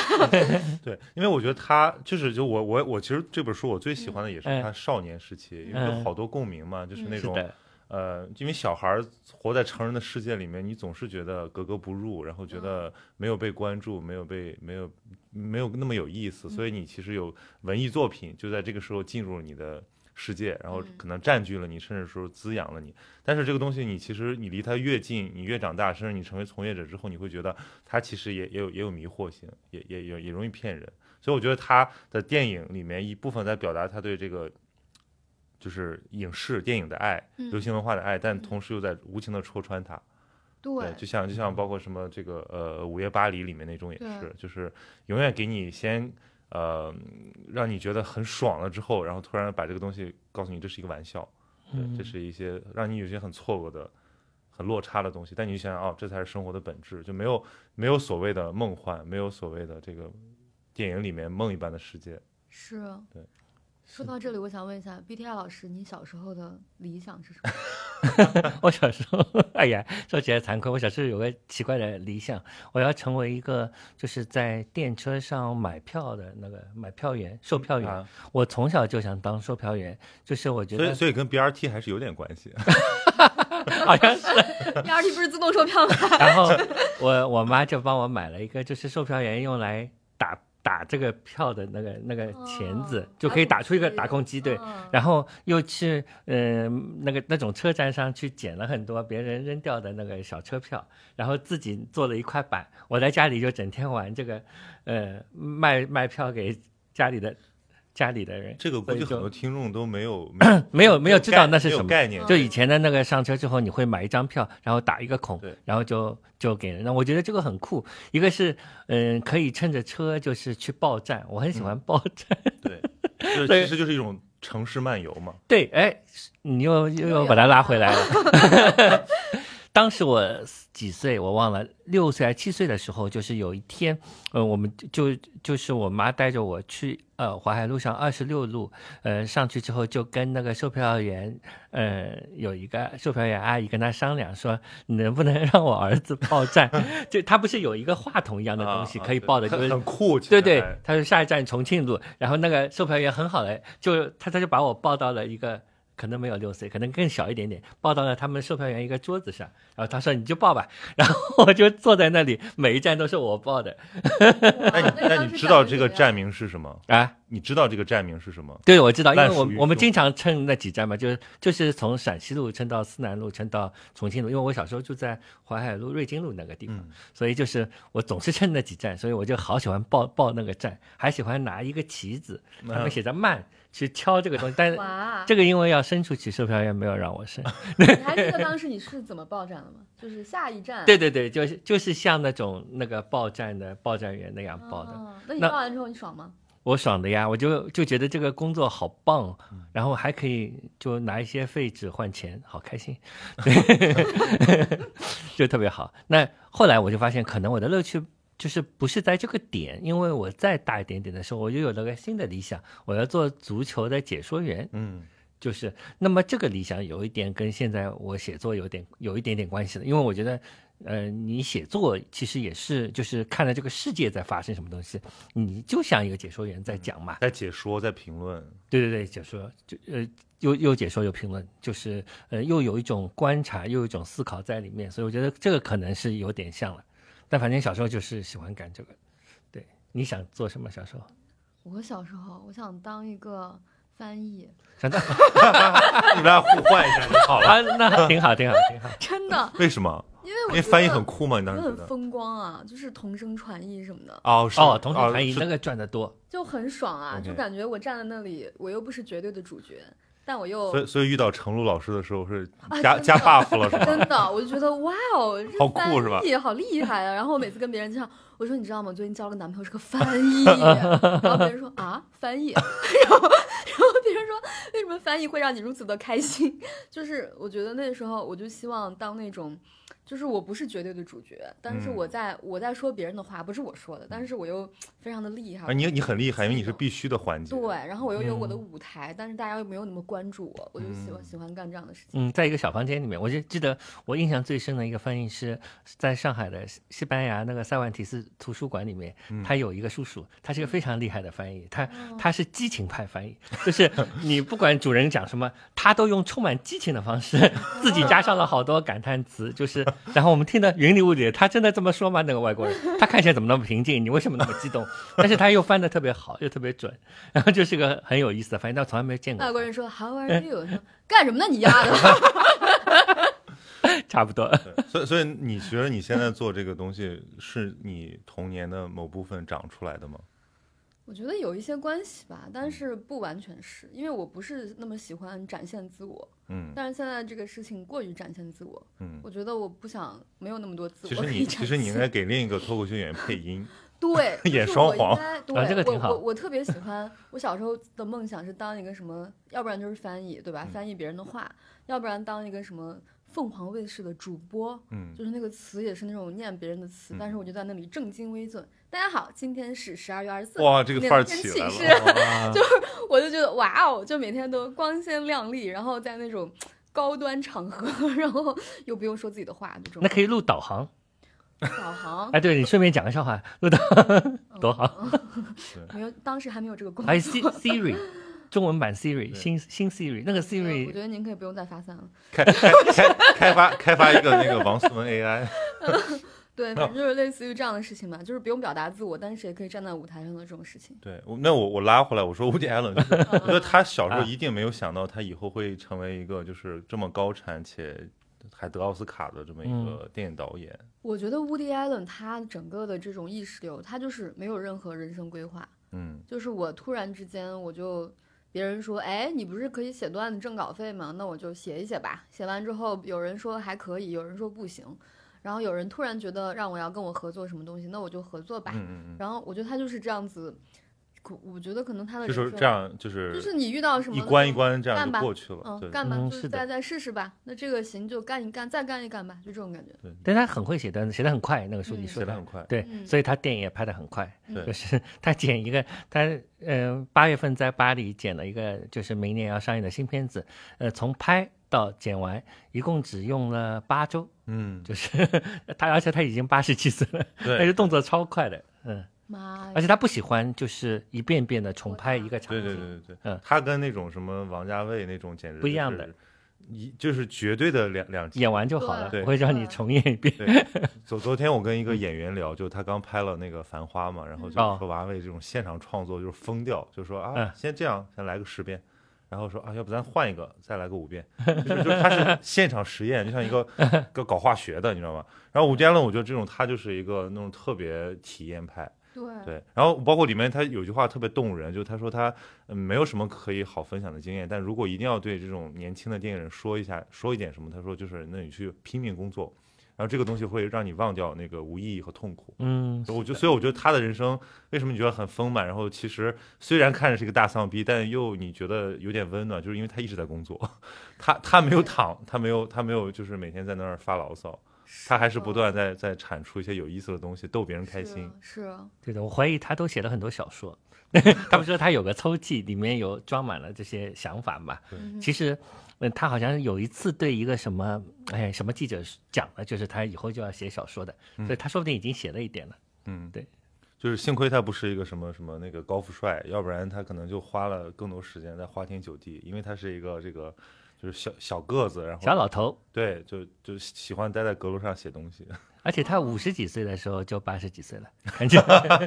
S1: 对，因为我觉得他就是就我我我其实这本书我最喜欢的也是
S3: 嗯
S1: 他少年时期，因为有
S3: 嗯
S1: 好多共鸣嘛，就是那
S3: 是
S1: 种
S3: 的，
S1: 呃，因为小孩儿活在成人的世界里面，你总是觉得格格不入，然后觉
S3: 嗯
S1: 得没有被关注，没有被没有
S3: 嗯
S1: 没有那么有意思，所以你其实有文艺作品就在这个时候进入你的世界，然后
S2: 嗯
S1: 可能占据了你，甚至说滋养了你。但是这个东西，你其实你离它越近，你越长大，甚至你成为从业者之后，你会觉得它其实也也有也有迷惑性，也也也也容易骗人。所以我觉得他的电影里面一部分在表达他对这个就是影视电影的爱，
S2: 嗯
S1: 流行文化的爱，但同时又在无情的戳穿它。
S2: 对，
S1: 就像就像包括什么这个呃《午夜巴黎》里面那种也
S2: 对
S1: 是，就是永远给你先呃让你觉得很爽了之后，然后突然把这个东西告诉你这是一个玩笑，对，
S3: 嗯
S1: 这是一些让你有些很错愕的。很落差的东西，但你就想想哦，这才是生活的本质，就没有没有所谓的梦幻，没有所谓的这个电影里面梦一般的世界。
S2: 是。
S1: 对
S2: 说到这里，我想问一下 BTI 老师，你小时候的理想是什么？
S3: *laughs* 我小时候，哎呀，说起来惭愧，我小时候有个奇怪的理想，我要成为一个就是在电车上买票的那个买票员、售票员。
S1: 啊，
S3: 我从小就想当售票员，就是我觉
S1: 所以
S3: 得
S1: 所以跟 BRT 还是有点关系。 *laughs*
S3: 好像是。
S2: 第二题不是自动售票吗？
S3: *laughs* 然后我我妈就帮我买了一个，就是售票员用来打打这个票的那个那个钳子，
S2: 哦
S3: 就可以打出一个
S2: 打
S3: 打
S2: 孔
S3: 孔
S2: 机
S3: 机，对。
S2: 嗯
S3: 然后又去呃那个那种车站上去捡了很多别人扔掉的那个小车票，然后自己做了一块板。我在家里就整天玩这个，呃，卖卖票给家里的家里的人，
S1: 这个估计
S3: 所以就
S1: 很多听众都没有没有
S3: *coughs* 没有没有知道
S1: 概
S3: 那是
S1: 没有
S3: 什么。
S1: 概念
S2: 嗯，
S3: 就以前的那个上车之后，你会买一张票，然后打一个孔
S1: 对，
S3: 然后就就给人。那我觉得这个很酷，一个是嗯、可以趁着车就是去报站，我很喜欢报站。 *laughs*
S1: 对，就是
S3: 对
S1: 其实就是一种城市漫游嘛。
S3: 对，哎，你又又
S2: 又
S3: 又
S2: 有
S3: 把它拉回来了。
S1: *laughs*
S3: 当时我几岁，我忘了，六岁还七岁的时候，就是有一天，呃，我们就就是我妈带着我去呃淮海路上二十六路，呃，上去之后就跟那个售票员，呃，有一个售票员阿姨跟他商量说，你能不能让我儿子报站？ *laughs* 就他不是有一个话筒一样的东西
S1: 啊
S3: 可以
S1: 啊 *laughs*
S3: 报的，
S1: 对
S3: 就是
S1: 很很酷，其
S3: 对
S1: 实
S3: 对
S1: 还，
S3: 他说下一站重庆路，然后那个售票员很好嘞，就他他就把我抱到了一个可能没有六岁，可能更小一点点，抱到了他们售票员一个桌子上，然后他说你就抱吧，然后我就坐在那里，每一站都是我抱的
S2: *laughs*
S1: 那你那你知道这个站？名是什么？
S3: 啊。
S1: 你知道这个站名是什么？
S3: 对，我知道，因为
S1: 烂熟
S3: 我
S1: 于
S3: 我们
S1: 胸
S3: 经常乘那几站嘛，就是就是从陕西路乘到思南路，乘到重庆路，因为我小时候住在淮海路瑞金路那个地方，
S1: 嗯
S3: 所以就是我总是乘那几站，所以我就好喜欢报报那个站，还喜欢拿一个旗子，
S1: 嗯
S3: 上面写着慢。去敲这个东西，但是
S1: *laughs*
S2: 哇，
S3: 这个因为要伸出去，售票员没有让我伸。
S2: 你还记得当时你是怎么报站的吗？就是下一站。
S3: 对对对，就是就是像那种那个报站的报站员那样
S2: 啊，
S3: 报的，
S2: 那你
S3: 那
S2: 报完之后你爽吗？
S3: 我爽的呀！我就就觉得这个工作好棒，哦然后还可以就拿一些废纸换钱，好开心，就特别好。那后来我就发现，可能我的乐趣。就是不是在这个点，因为我再大一点点的时候，我就有了个新的理想，我要做足球的解说员。
S1: 嗯，
S3: 就是那么这个理想有一点跟现在我写作有点有一点点关系的，因为我觉得，呃，你写作其实也是就是看了这个世界在发生什么东西，你就像一个解说员在讲嘛，
S1: 在解说，在评论，
S3: 对对对，解说就呃又又解说又评论，就是呃又有一种观察，又有一种思考在里面，所以我觉得这个可能是有点像了，但反正小时候就是喜欢干这个，对，你想做什么小时候？
S2: 我小时候我想当一个翻译，
S3: 想当 *laughs*
S1: 你们俩互换一下就好了。
S3: 啊，那挺好，挺好，挺好。
S2: 真的，
S1: 为什么？
S2: 因为
S1: 因
S2: 我觉
S1: 为
S2: 得
S1: 翻译很酷吗？你
S2: 我
S1: 当时
S2: 觉
S1: 觉
S2: 得很
S1: 得？
S2: 风光啊，就是同声传译什么的，
S1: 哦，是
S3: 哦，同学传
S1: 哦
S3: 译
S1: 是
S3: 那个赚得多，
S2: 就很爽啊
S1: OK
S2: 就感觉我站在那里，我又不是绝对的主角，但我又
S1: 所以所以遇到程璐老师的时候是
S2: 哦啊
S1: 加
S2: 真的 *laughs*
S1: 加 buff 了是
S2: 真
S1: 吧？
S2: 的，我就觉得哇哦，这
S1: 好酷
S2: 翻
S1: 是吧
S2: 译好厉害啊！然后我每次跟别人讲，我说你知道吗？我最近交了个男朋友是个翻
S1: *laughs*
S2: 译，然后别人说啊翻译， *laughs* 然后然后别人说为什么翻译会让你如此的开心？ *laughs* 就是我觉得那时候我就希望当那种。就是我不是绝对的主角，但是
S1: 嗯
S2: 我在、我在说别人的话，不是我说的，但是我又非常的厉害。
S1: 啊，你你很厉害，因为你是必须的环节。
S2: 对，然后我又有我的
S3: 嗯
S2: 舞台，但是大家又没有那么关注我，我就喜欢、
S1: 嗯
S2: 喜欢干这样的事情。
S3: 嗯，在一个小房间里面，我就记得我印象最深的一个翻译师，在上海的西西班牙那个塞万提斯图书馆里面，他有一个叔叔，他是个非常厉害的翻译，他
S2: 哦
S3: 他是激情派翻译，就是你不管主人讲什么，他都用充满激情的方式，自己加上了好多感叹词，就是，然后我们听得云里雾里的。他真的这么说吗？那个外国人，他看起来怎么那么平静？你为什么那么激动？但是他又翻得特别好，又特别准，然后就是个很有意思的翻译，但我从来没
S1: 嗯
S3: 见过。
S2: 外国
S1: *laughs*
S2: 人说 How are you？说干什么呢你丫的？ *laughs*
S3: 差不多，
S1: 所以所以你觉得你现在做这个东西是你童年的某部分长出来的吗？
S2: 我觉得有一些关系吧，
S1: 嗯
S2: 但是不完全是，因为我不是那么喜欢展现自我，
S1: 嗯
S2: 但是现在这个事情过于展现自我，
S1: 嗯。
S2: 我觉得我不想没有那么多自
S1: 其
S2: 我
S1: 实
S2: 可
S1: 你
S2: 以展
S1: 其
S2: 现。
S1: 实你应该给另一个脱口秀演员配音，
S2: 对
S1: *laughs* 演
S2: 就是
S1: 双
S2: 我应
S1: 簧
S2: 该对、
S3: 啊这个挺好
S2: 我我我特别喜欢，我小时候的梦想是当一个什么，要不然就是翻译，对吧？
S1: 嗯
S2: 翻译别人的话，要不然当一个什么凤凰卫视的主播，
S1: 嗯，
S2: 就是那个词也是那种念别人的词，
S1: 嗯
S2: 但是我就在那里正襟危坐。大家好，今天是十二月二十四，
S1: 哇，这个
S2: 那
S1: 范儿
S2: 那
S1: 起
S2: 寝
S1: 来
S2: 室
S1: 了，哦
S2: 我就觉得哇哦，就每天都光鲜亮丽，然后在那种高端场合，然后又不用说自己的话，就这种
S3: 那可以录导航。
S2: 导航
S3: 哎，对你顺便讲个笑话，录导多好。
S2: 嗯
S3: *laughs* 哎
S2: 没有，当时还没有这个功
S3: 还
S2: 能。
S3: 有 Si- Siri，中文版 Siri，
S1: 对
S3: 新新 Siri，那个
S2: 我
S3: Siri
S2: 觉得您可以不用再发散了。
S1: 开开开开发开发一个那个王思文 AI，
S2: 对，
S3: 哦
S2: 反正就是类似于这样的事情嘛，就是不用表达自我，但是也可以站在舞台上的这种事情。
S1: 对，我那我我拉回来，我说 Woody Allen，就是
S2: 嗯
S1: 我觉得他小时候
S3: 啊
S1: 一定没有想到他以后会成为一个就是这么高产且还得奥斯卡的这么一个电影导演。
S2: 我觉得 Woody Allen 他整个的这种意识流，他就是没有任何人生规划，
S1: 嗯
S2: 就是我突然之间我就。别人说，哎，你不是可以写段子挣稿费吗？那我就写一写吧。写完之后，有人说还可以，有人说不行，然后有人突然觉得让我要跟我合作什么东西，那我就合作吧。
S1: 嗯嗯
S2: 然后我觉得他就是这样子，可我觉得可能他
S1: 嗯，
S2: 的
S1: 就是
S2: 人生
S1: 这，样，就是
S2: 就是你遇到什么
S1: 一关
S2: 就
S1: 一关这样
S2: 干
S1: 就
S2: 吧
S1: 过去了。
S2: 嗯，
S1: 对，
S2: 干吧，
S3: 嗯
S2: 就是
S3: 的
S2: 再再试试吧。那这个行就干一干，再干一干吧，就这种感觉。
S3: 但他很会写段子，写的很快。那个书
S2: 嗯
S3: 你
S1: 写
S3: 说
S1: 的
S3: 的
S1: 很快。
S3: 对，
S2: 嗯
S3: 所以他电影也拍的很快。
S2: 嗯
S3: 就是 *laughs* 他剪一个，他呃八月份在巴黎剪了一个，就是明年要上映的新片子。呃，从拍到剪完，一共只用了八周。
S1: 嗯，
S3: 就是 *laughs* 他，而且他已经八十几岁了，但
S1: 对
S3: 是动作超快的。嗯，
S2: 妈
S3: 而
S2: 呀，
S3: 且他不喜欢就是一遍遍的重拍一个场
S1: 对
S3: 景。
S1: 对对对对
S3: 嗯，
S1: 他跟那种什么王家卫那种简直
S3: 不一样
S1: 就是
S3: 的，
S1: 一就是绝对的两两极
S3: 演完就好了，
S1: 对
S3: 我会让你重演一遍。
S1: 对，昨昨天我跟一个演员聊，就他刚拍了那个《繁花》嘛，然后就
S3: 嗯
S1: 说王家卫这种现场创作就是疯掉，就说啊
S3: 嗯，
S1: 先这样，先来个十遍，然后说啊，要不咱换一个，再来个五遍，就是就是他是现场实验，就像一
S3: *laughs*
S1: 个个搞化学的，你知道吗？然后伍迪·艾伦，我觉得这种他就是一个那种特别体验派，
S2: 对，
S1: 对。然后包括里面他有句话特别动人，就他说他嗯没有什么可以好分享的经验，但如果一定要对这种年轻的电影人说一下说一点什么，他说就是那你去拼命工作，然后这个东西会让你忘掉那个无意义和痛苦。
S3: 嗯，
S1: 我就所以我觉得他的人生为什么你觉得很丰满？然后其实虽然看着是一个大丧逼，但又你觉得有点温暖，就是因为他一直在工作，他他没有躺，他没有他没有就是每天在那儿发牢骚，他还是不断在在产出一些有意思的东西，逗别人开
S2: 嗯是
S1: 心。
S2: 是啊
S3: 对的，我怀疑他都写了很多小说。他不是说他有个抽屉，里面有装满了这些想法嘛？
S2: 嗯
S3: 其实，呃，他好像有一次对一个什么，哎，什么记者讲了，就是他以后就要写小说的，所以他说不定已经写了一点了。
S1: 嗯，
S3: 对，
S1: 就是幸亏他不是一个什么什么那个高富帅，要不然他可能就花了更多时间在花天酒地，因为他是一个这个就是小小个子，然后
S3: 小老头，
S1: 对，就就喜欢待在阁楼上写东
S3: *laughs*
S1: 西。
S3: 而且他五十几岁的时候就八十几岁了，感觉 *laughs*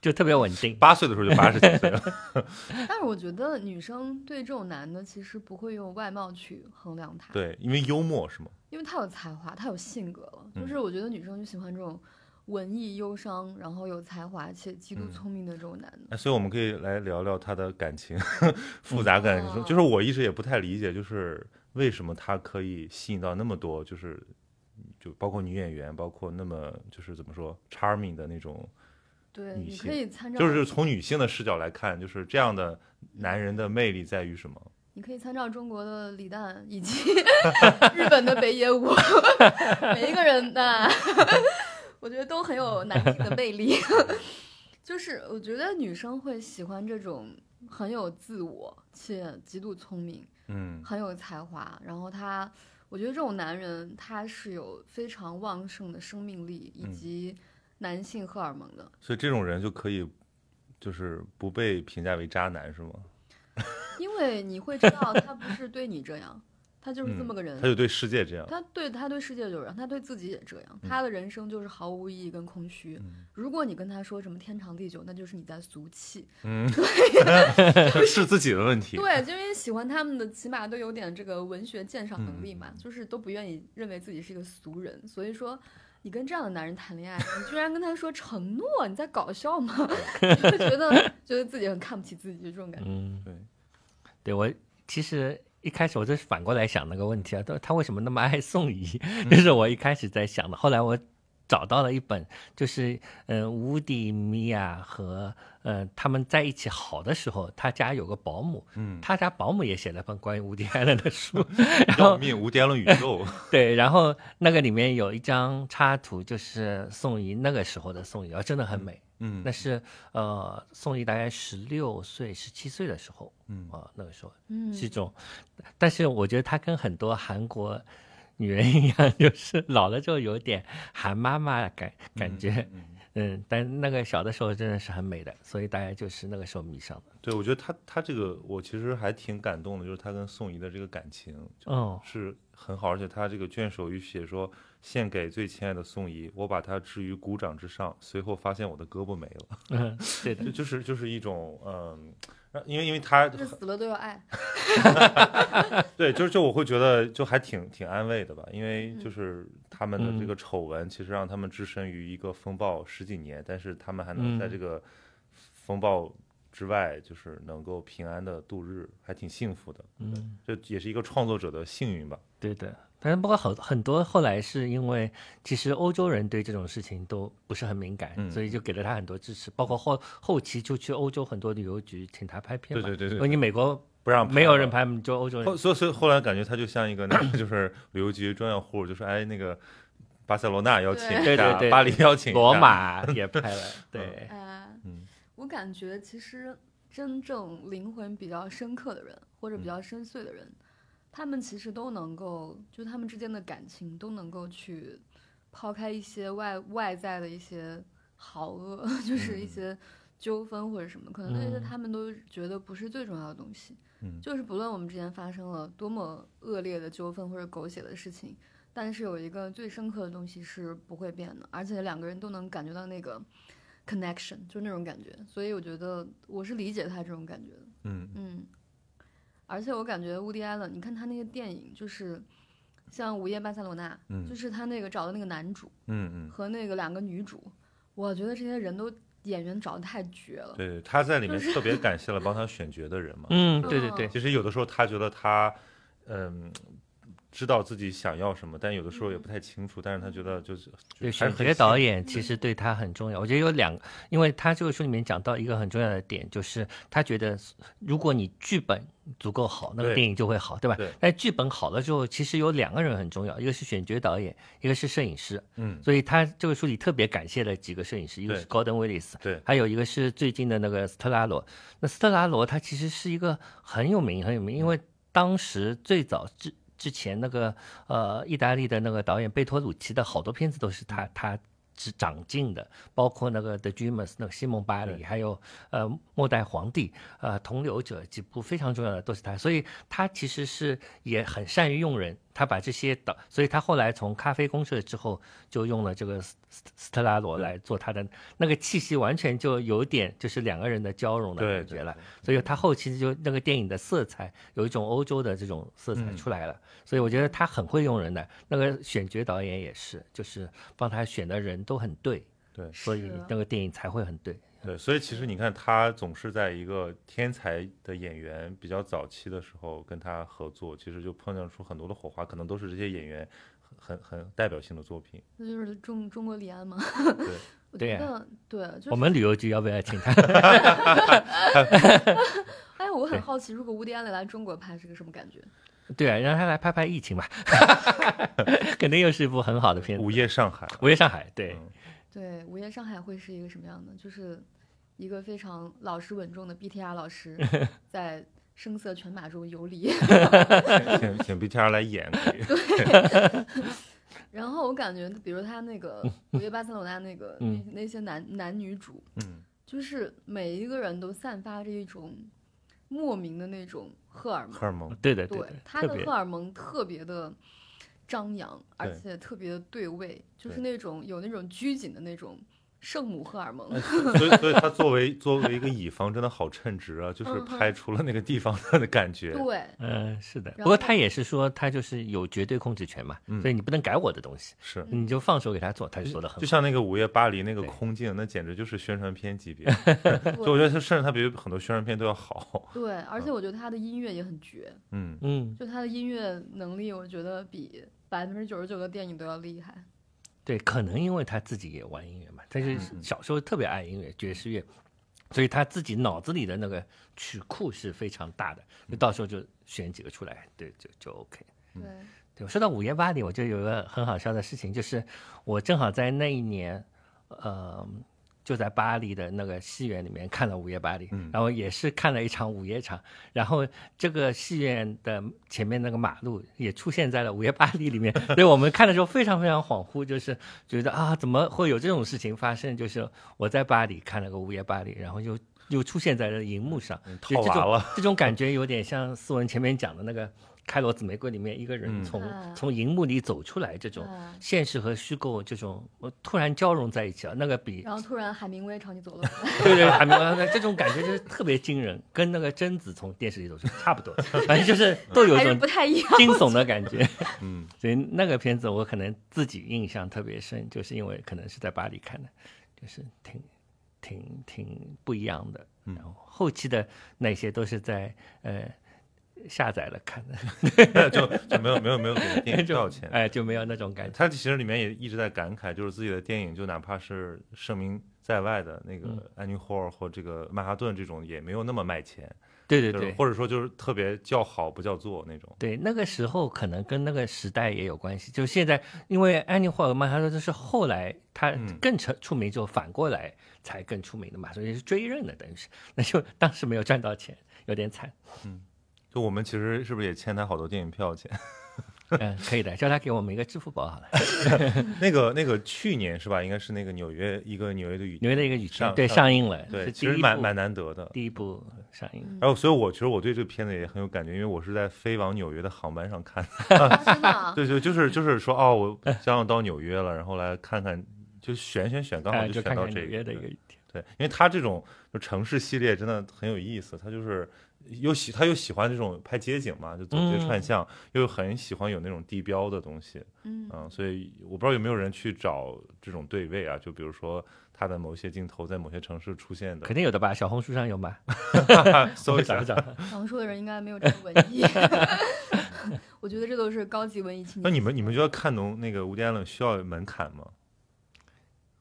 S3: 就特别稳定。
S1: 八岁的时候就八十几岁了，
S2: 但是我觉得女生对这种男的其实不会用外貌去衡量他，
S1: 对，因为幽默是吗？
S2: 因为他有才华，他有性格了。
S1: 嗯
S2: 就是我觉得女生就喜欢这种文艺忧伤，然后有才华且极度
S1: 嗯
S2: 聪明的这种男的。
S1: 哎，所以我们可以来聊聊他的感情复杂感情，
S2: 哦
S1: 就是我一直也不太理解，就是为什么他可以吸引到那么多，就是就包括女演员，包括那么就是怎么说 charming 的那种
S2: 对，
S1: 女
S2: 你
S1: 性
S2: 可以参照，
S1: 就是从女性的视角来看，就是这样的男人的魅力在于什么？
S2: 你可以参照中国的李诞以及 *laughs* 日本的北野武， *laughs* 每一个人的， *laughs* 我觉得都很有男性的魅力。 *laughs* 就是我觉得女生会喜欢这种很有自我且极度聪明、
S1: 嗯
S2: 很有才华，然后他，我觉得这种男人他是有非常旺盛的生命力以
S1: 嗯
S2: 及男性荷尔蒙的。
S1: 所以这种人就可以，就是不被评价为渣男，是吗？
S2: 因为你会知道他不是对你这样，他就是这么个人
S1: 嗯他。就对世界这样，
S2: 他对他对世界就是这样，他对自己也这样，
S1: 嗯
S2: 他的人生就是毫无意义跟空虚。
S1: 嗯
S2: 如果你跟他说什么天长地久，那就是你在俗气。
S1: 嗯， *laughs* 是自己的问题，
S2: 对，就因为喜欢他们的，起码都有点这个文学鉴赏能力嘛，
S1: 嗯
S2: 就是都不愿意认为自己是一个俗人，所以说。你跟这样的男人谈恋爱，你居然跟他说承诺，你在搞笑吗？ *laughs* 就觉得觉得自己很看不起自己，就这种感觉。
S3: 嗯， *laughs*
S1: 对，
S3: 对我其实一开始我就是反过来想那个问题啊，他他为什么那么爱宋怡？ *laughs* 这是我一开始在想的。后来我找到了一本，就是嗯，乌迪米娅和呃他们在一起好的时候，他家有个保姆，
S1: 嗯，
S3: 他家保姆也写了本关于无迪艾伦的书， *laughs* 然
S1: 要
S3: 后
S1: 命，无颠论宇宙，
S3: 对，然后那个里面有一张插图，就是宋怡那个时候的宋怡啊，真的很美。
S1: 嗯，
S3: 那是呃，宋怡大概十六岁、十七岁的时候，
S1: 嗯
S3: 啊、那个时候
S2: 嗯，
S3: 是一种，但是我觉得她跟很多韩国女人一样， *laughs* 就是老了之后有点韩妈妈的感感觉，
S1: 嗯嗯
S3: 嗯，但那个小的时候真的是很美的，所以大概就是那个时候迷上的，
S1: 对，我觉得他他这个我其实还挺感动的，就是他跟宋怡的这个感情，
S3: 嗯
S1: 是很好，而且他这个卷首语写说：“献给最亲爱的宋怡，我把它置于鼓掌之上。随后发现我的胳膊没了， *laughs*
S3: 嗯，对的
S1: 就，就是就是一种嗯，呃因为因为他
S2: 就是死了都要爱。
S1: 对，就是就我会觉得就还挺挺安慰的吧，因
S2: 嗯
S1: 为就是他们的这
S3: 嗯
S1: 个丑闻，其实让他们置身于一个风暴十几年，但是他们还能
S3: 嗯
S1: 在这个风暴之外，就是能够平安的度日，还挺幸福的。
S3: 嗯。
S1: 这也是一个创作者的幸运吧。
S3: 对的，但是包括很很多后来是因为，其实欧洲人对这种事情都不是很敏感，
S1: 嗯
S3: 所以就给了他很多支持，包括后后期就去欧洲很多旅游局请他拍片
S1: 对
S3: 嘛。
S1: 对对
S3: 如
S1: 对
S3: 果，哦你美国
S1: 不让
S3: 没有
S1: 拍
S3: 人
S1: 了
S3: 拍，你就欧洲
S1: 后
S3: 人。
S1: 所以所以后来感觉他就像一个那个 *coughs* 就是旅游局专业户，就是哎那个巴塞罗那邀请一
S3: 对对
S1: 下，
S3: 对对
S1: 巴黎邀请一下
S3: 罗，马也拍了，
S1: *laughs*
S3: 对，
S2: 哎，
S1: 嗯
S2: 我感觉其实真正灵魂比较深刻的人，或者
S1: 嗯
S2: 比较深邃的人，他们其实都能够，就他们之间的感情都能够去抛开一些外外在的一些好恶， *laughs* 就是一
S1: 嗯
S2: 些纠纷或者什么，可能那些
S3: 嗯
S2: 他们都觉得不是最重要的东西。
S1: 嗯
S2: 就是不论我们之间发生了多么恶劣的纠纷或者狗血的事情，但是有一个最深刻的东西是不会变的，而且两个人都能感觉到那个 connection，就那种感觉。所以我觉得我是理解他这种感觉的，
S1: 嗯
S2: 嗯。而且我感觉 Woody Allen，你看他那个电影，就是像《午夜巴塞罗那》，
S1: 嗯
S2: 就是他那个找的那个男主
S1: 嗯嗯，
S2: 和那个两个女主，我觉得这些人都演员找的太绝了。
S1: 对，他在里面特别感谢了帮他选角的人嘛。
S3: 嗯，对对对，
S1: 其实有的时候他觉得他嗯知道自己想要什么，但有的时候也不太清楚，但是他觉得就是就
S3: 对，
S1: 是还是
S3: 选
S1: 很
S3: 角导
S1: 幸
S3: 演其实对他很重要。我觉得有两，因为他这个书里面讲到一个很重要的点，就是他觉得如果你剧本足够好，那个
S1: 对
S3: 电影就会好，对吧？
S1: 对
S3: 但剧本好了之后，其实有两个人很重要，一个是选角导演，一个是摄影师。
S1: 嗯
S3: 所以他这个书里特别感谢了几个摄影师，一个
S1: 对
S3: 是高登·威利斯，
S1: 对
S3: 还有一个是最近的那个斯特拉罗。那斯特拉罗他其实是一个很有名很有名，因为当时最早之之前那个呃意大利的那个导演贝托鲁奇的好多片子都是他他。执掌镜的，包括那个《The Dreamers》那个《西蒙巴里》，
S1: 对
S3: 还有呃《末代皇帝》呃《同流者》几部非常重要的都是他，所以他其实是也很善于用人，他把这些导，所以他后来从咖啡公社之后就用了这个斯斯斯特拉罗来做他的那个气息，完全就有点就是两个人的交融的
S1: 对
S3: 感觉
S1: 对
S3: 了。所以他后期就那个电影的色彩有一种欧洲的这种色彩
S1: 嗯
S3: 出来了，所以我觉得他很会用人的。那个选角导演也是，就是帮他选的人都很对，
S1: 对
S3: 所以
S2: 是
S3: 那个电影才会很对。
S1: 对，所以其实你看，他总是在一个天才的演员比较早期的时候跟他合作，其实就碰撞出很多的火花，可能都是这些演员很很很代表性的作品。
S2: 那就是中中国李安嘛。
S1: 对
S2: *laughs* 我
S3: 对
S2: 觉
S3: 呀
S2: 得对，就是
S3: 我们旅游局要不要请他？
S2: 哎，我很
S3: 对
S2: 好奇，如果乌迪安来中国拍是个什么感觉？
S3: 对啊，让他来拍拍
S1: *laughs*
S3: 疫情吧，肯定又是一部很好的片子。
S1: 午夜上海，
S3: 午夜上海，对，
S1: 嗯
S2: 对，《午夜上海》会是一个什么样的？就是一个非常老实稳重的 BTR 老
S3: *laughs*
S2: 师在声色犬马中游离。
S1: 请请 BTR 来
S2: *laughs*
S1: 演可以，
S2: 然后我感觉，比如他那个
S3: *laughs*
S2: 《午夜巴塞罗那》那个、
S3: 嗯
S2: 那那些男男女主，
S1: 嗯
S2: 就是每一个人都散发着一种莫名的那种荷尔蒙。
S1: 荷尔蒙，
S3: 对的，
S2: 对
S3: 的，
S2: 他
S3: 特
S2: 的
S3: 别
S2: 荷尔蒙特别的张扬，而
S1: 对
S2: 且特别的对位，就是
S1: 对
S2: 那种有那种拘谨的那种圣母荷尔蒙。
S1: 所以所以他作为作为一个乙方，真的好称职啊，就是
S2: 嗯哼
S1: 拍出了那个地方的感觉。 *laughs*
S2: 对，
S3: 嗯，是的。
S2: 然
S3: 不过
S2: 后
S3: 他也是说，他就是有绝对控制权嘛，
S1: 嗯
S3: 所以你不能改我的东西，
S1: 是，
S2: 嗯
S3: 你就放手给他做，他就做的很
S1: 就
S3: 好。
S1: 像那个《午夜巴黎》那个
S3: 对
S1: 空镜，那简直就是宣传片级别。
S2: 对
S1: 就嗯我觉得他甚至他比很多宣传片都要好。
S2: 对，而且我觉得他的音乐也很绝，
S1: 嗯，
S3: 嗯，
S2: 就他的音乐能力，我觉得比百分之九十九的电影都要厉害。
S3: 对，可能因为他自己也玩音乐嘛，他就是
S1: 嗯
S3: 小时候特别爱音乐，爵士乐，所以他自己脑子里的那个曲库是非常大的，就到时候就选几个出来，对，就就 OK。
S1: 嗯
S2: 对，
S3: 对，说到午夜巴黎，我就有一个很好笑的事情，就是我正好在那一年，呃，就在巴黎的那个戏院里面看了《午夜巴黎》
S1: 嗯
S3: 然后也是看了一场午夜场，然后这个戏院的前面那个马路也出现在了《午夜巴黎》里面，所以我们看的时候非常非常恍惚，就是觉得啊，怎么会有这种事情发生？就是我在巴黎看了个《午夜巴黎》，然后又又出现在了荧幕上，
S1: 套娃了。
S3: 这种感觉有点像思文前面讲的那个《开罗紫玫瑰》里面一个人
S1: 嗯
S3: 从、
S2: 啊
S3: 从荧幕里走出来，这种
S2: 啊
S3: 现实和虚构这种呃突然交融在一起啊，那个比
S2: 然后突然海明威朝你
S1: *laughs*
S2: 走了过来，
S3: 对对还没完呢，这种感觉就是特别惊人，跟那个贞子从电视里走出来差不多，反正就是都有一
S2: 还是
S3: 种
S2: 不
S1: *laughs*
S2: 太一样。
S3: 惊悚的感觉。
S1: 嗯，
S3: 所以那个片子我可能自己印象特别深，就是因为可能是在巴黎看的，就是挺挺挺不一样的。
S1: 嗯
S3: 然后后期的那些都是在呃下载了
S1: *laughs*
S3: 看的，
S1: 就就没有没有没有给电影道歉。
S3: *laughs* 哎就没有那种感觉。
S1: 他其实里面也一直在感慨，就是自己的电影，就哪怕是盛名在外的那个《
S3: 嗯
S1: 安妮霍尔》或这个《曼哈顿》这种，也没有那么卖钱，
S3: 对对
S1: 就是
S3: 对
S1: 或者说就是特别叫好不叫座那种。
S3: 对，那个时候可能跟那个时代也有关系。就现在，因为安妮霍尔曼哈顿是后来他
S1: 嗯
S3: 更成出名，就反过来才更出名的嘛，所以是追认的，等于是，那就当时没有赚到钱，有点惨。
S1: 就我们其实是不是也欠他好多电影票钱？ *laughs*
S3: 嗯，可以的，叫他给我们一个支付宝好了。
S1: 那个那个去年是吧？应该是那个纽约一个纽约的雨
S3: 纽约的一个雨季
S1: 上
S3: 对
S1: 上
S3: 上映了，
S1: 对，
S3: 是
S1: 其
S3: 第一
S1: 实蛮
S3: 部
S1: 蛮难得的。
S3: 第一部上映，
S1: 然后，所以我其实我对这个片子也很有感觉，因为我是在飞往纽约的航班上看的。
S2: 啊真的啊，
S1: 对对，
S3: 嗯
S1: 就是就是说，哦，
S3: 哎
S1: 我将要到纽约了，然后来看看，就选选选，刚好
S3: 哎就
S1: 选
S3: 看
S1: 到
S3: 看
S1: 这
S3: 纽约的一个
S1: 对
S3: 雨季。
S1: 对，因为他这种就城市系列真的很有意思，他就是又喜他又喜欢这种拍街景嘛，就走街
S3: 嗯
S1: 串巷，又很喜欢有那种地标的东西，
S2: 嗯，
S1: 嗯，所以我不知道有没有人去找这种对位啊，就比如说他的某些镜头在某些城市出现的
S3: 肯，定有的吧？小红书上有吗？
S1: *laughs* 搜一
S3: *laughs* 找
S1: 下
S3: 一。找。
S2: 小红书的人应该没有这么文
S1: *laughs*
S2: 艺。我觉得这都是高级文艺青年。
S1: 那你们你们觉得看懂那个无敌艾伦需要门槛吗？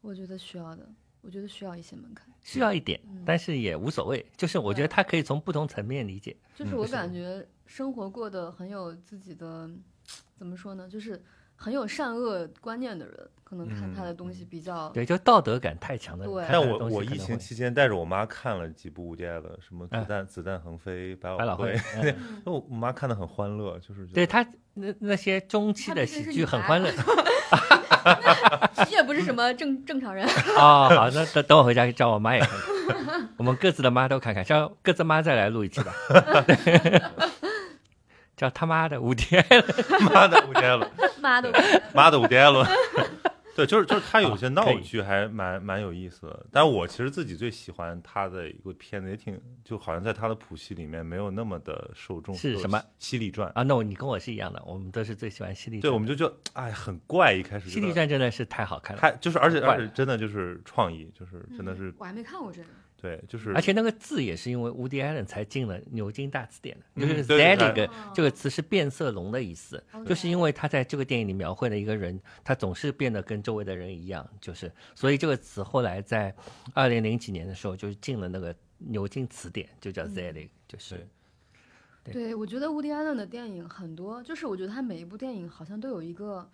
S2: 我觉得需要的，我觉得需要一些门槛。
S3: 需要一点，
S2: 嗯
S3: 但是也无所谓。就是我觉得
S2: 对
S3: 它可以从不同层面
S1: *laughs*
S3: 理解。
S2: 就是
S1: 嗯
S2: 我
S3: 是
S2: 感觉生活过得很有自己的，怎么说呢？就是很有善恶观念的人，可能看他的东西比较。
S3: 嗯对，就道德感太强的
S2: 对
S3: 人，
S1: 但
S3: 看
S1: 我
S3: 东西
S1: 我
S3: 可能
S1: 疫情
S3: 会
S1: 期间带着我妈看了几部无敌艾伦，什么
S3: 啊
S1: 子弹子弹横飞、百
S3: 百老
S1: 老
S3: 汇
S1: 汇，， *laughs*
S3: 嗯
S2: 嗯
S1: 那我我妈看的很欢乐，就是觉得
S3: 对他那那些中期
S2: 她
S3: 的
S2: 毕竟
S3: 喜
S2: 是
S3: 剧
S2: 女
S3: 很
S2: 孩
S3: 欢
S2: *laughs*
S3: 乐
S2: 你也不是什么正正常人，
S3: 哦。好，那等等我回家去找我妈也看看， *laughs* 我们各自的妈都看看，叫各自妈再来录一
S2: *laughs*
S3: 期吧。 *laughs* 叫他妈的五天，
S1: *laughs* 妈的无敌艾伦，
S2: 妈的，
S1: 妈的无敌艾伦。 *laughs* 对，就是就是他有些
S3: 啊好可以
S1: 闹剧还蛮蛮有意思的，但我其实自己最喜欢他的一个片子，也挺就好像在他的谱系里面没有那么的受众，
S3: 是
S1: 就是
S3: 什么
S1: 《犀利传》？
S3: 啊，那我你跟我是一样的，我们都是最喜欢犀利
S1: 对，
S3: 战
S1: 我们就觉得哎很怪，一开始
S3: 《
S1: 觉
S3: 犀利
S1: 得
S3: 战》真的是太好看了，
S1: 他就是而且
S3: 怪嗯
S1: 而且真的就是创意，就是真的是
S2: 我还没看过这个。
S1: 对，就是
S3: 而且那个字也是因为 Woody Allen 才进了牛津大词典的，
S1: 嗯
S3: 就是
S1: 对对
S3: “zag” 这
S1: 对
S3: 个
S2: 哦
S3: 这个词是变色龙的意思，就是因为他在这个电影里描绘了一个人，他总是变得跟周围的人一样，就是所以这个词后来在二零零几年的时候就进了那个牛津词典，就叫
S2: 嗯
S3: “zag”，就是
S1: 对
S2: 对，我觉得乌迪安伦的电影很多，就是我觉得他每一部电影好像都有一个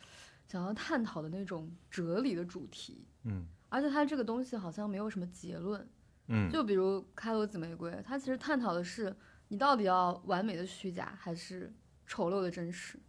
S2: 想要探讨的那种哲理的主题，
S1: 嗯
S2: 而且他这个东西好像没有什么结论。
S1: 嗯，
S2: 就比如《开罗紫玫瑰》，它其实探讨的是你到底要完美的虚假还是丑陋的真实。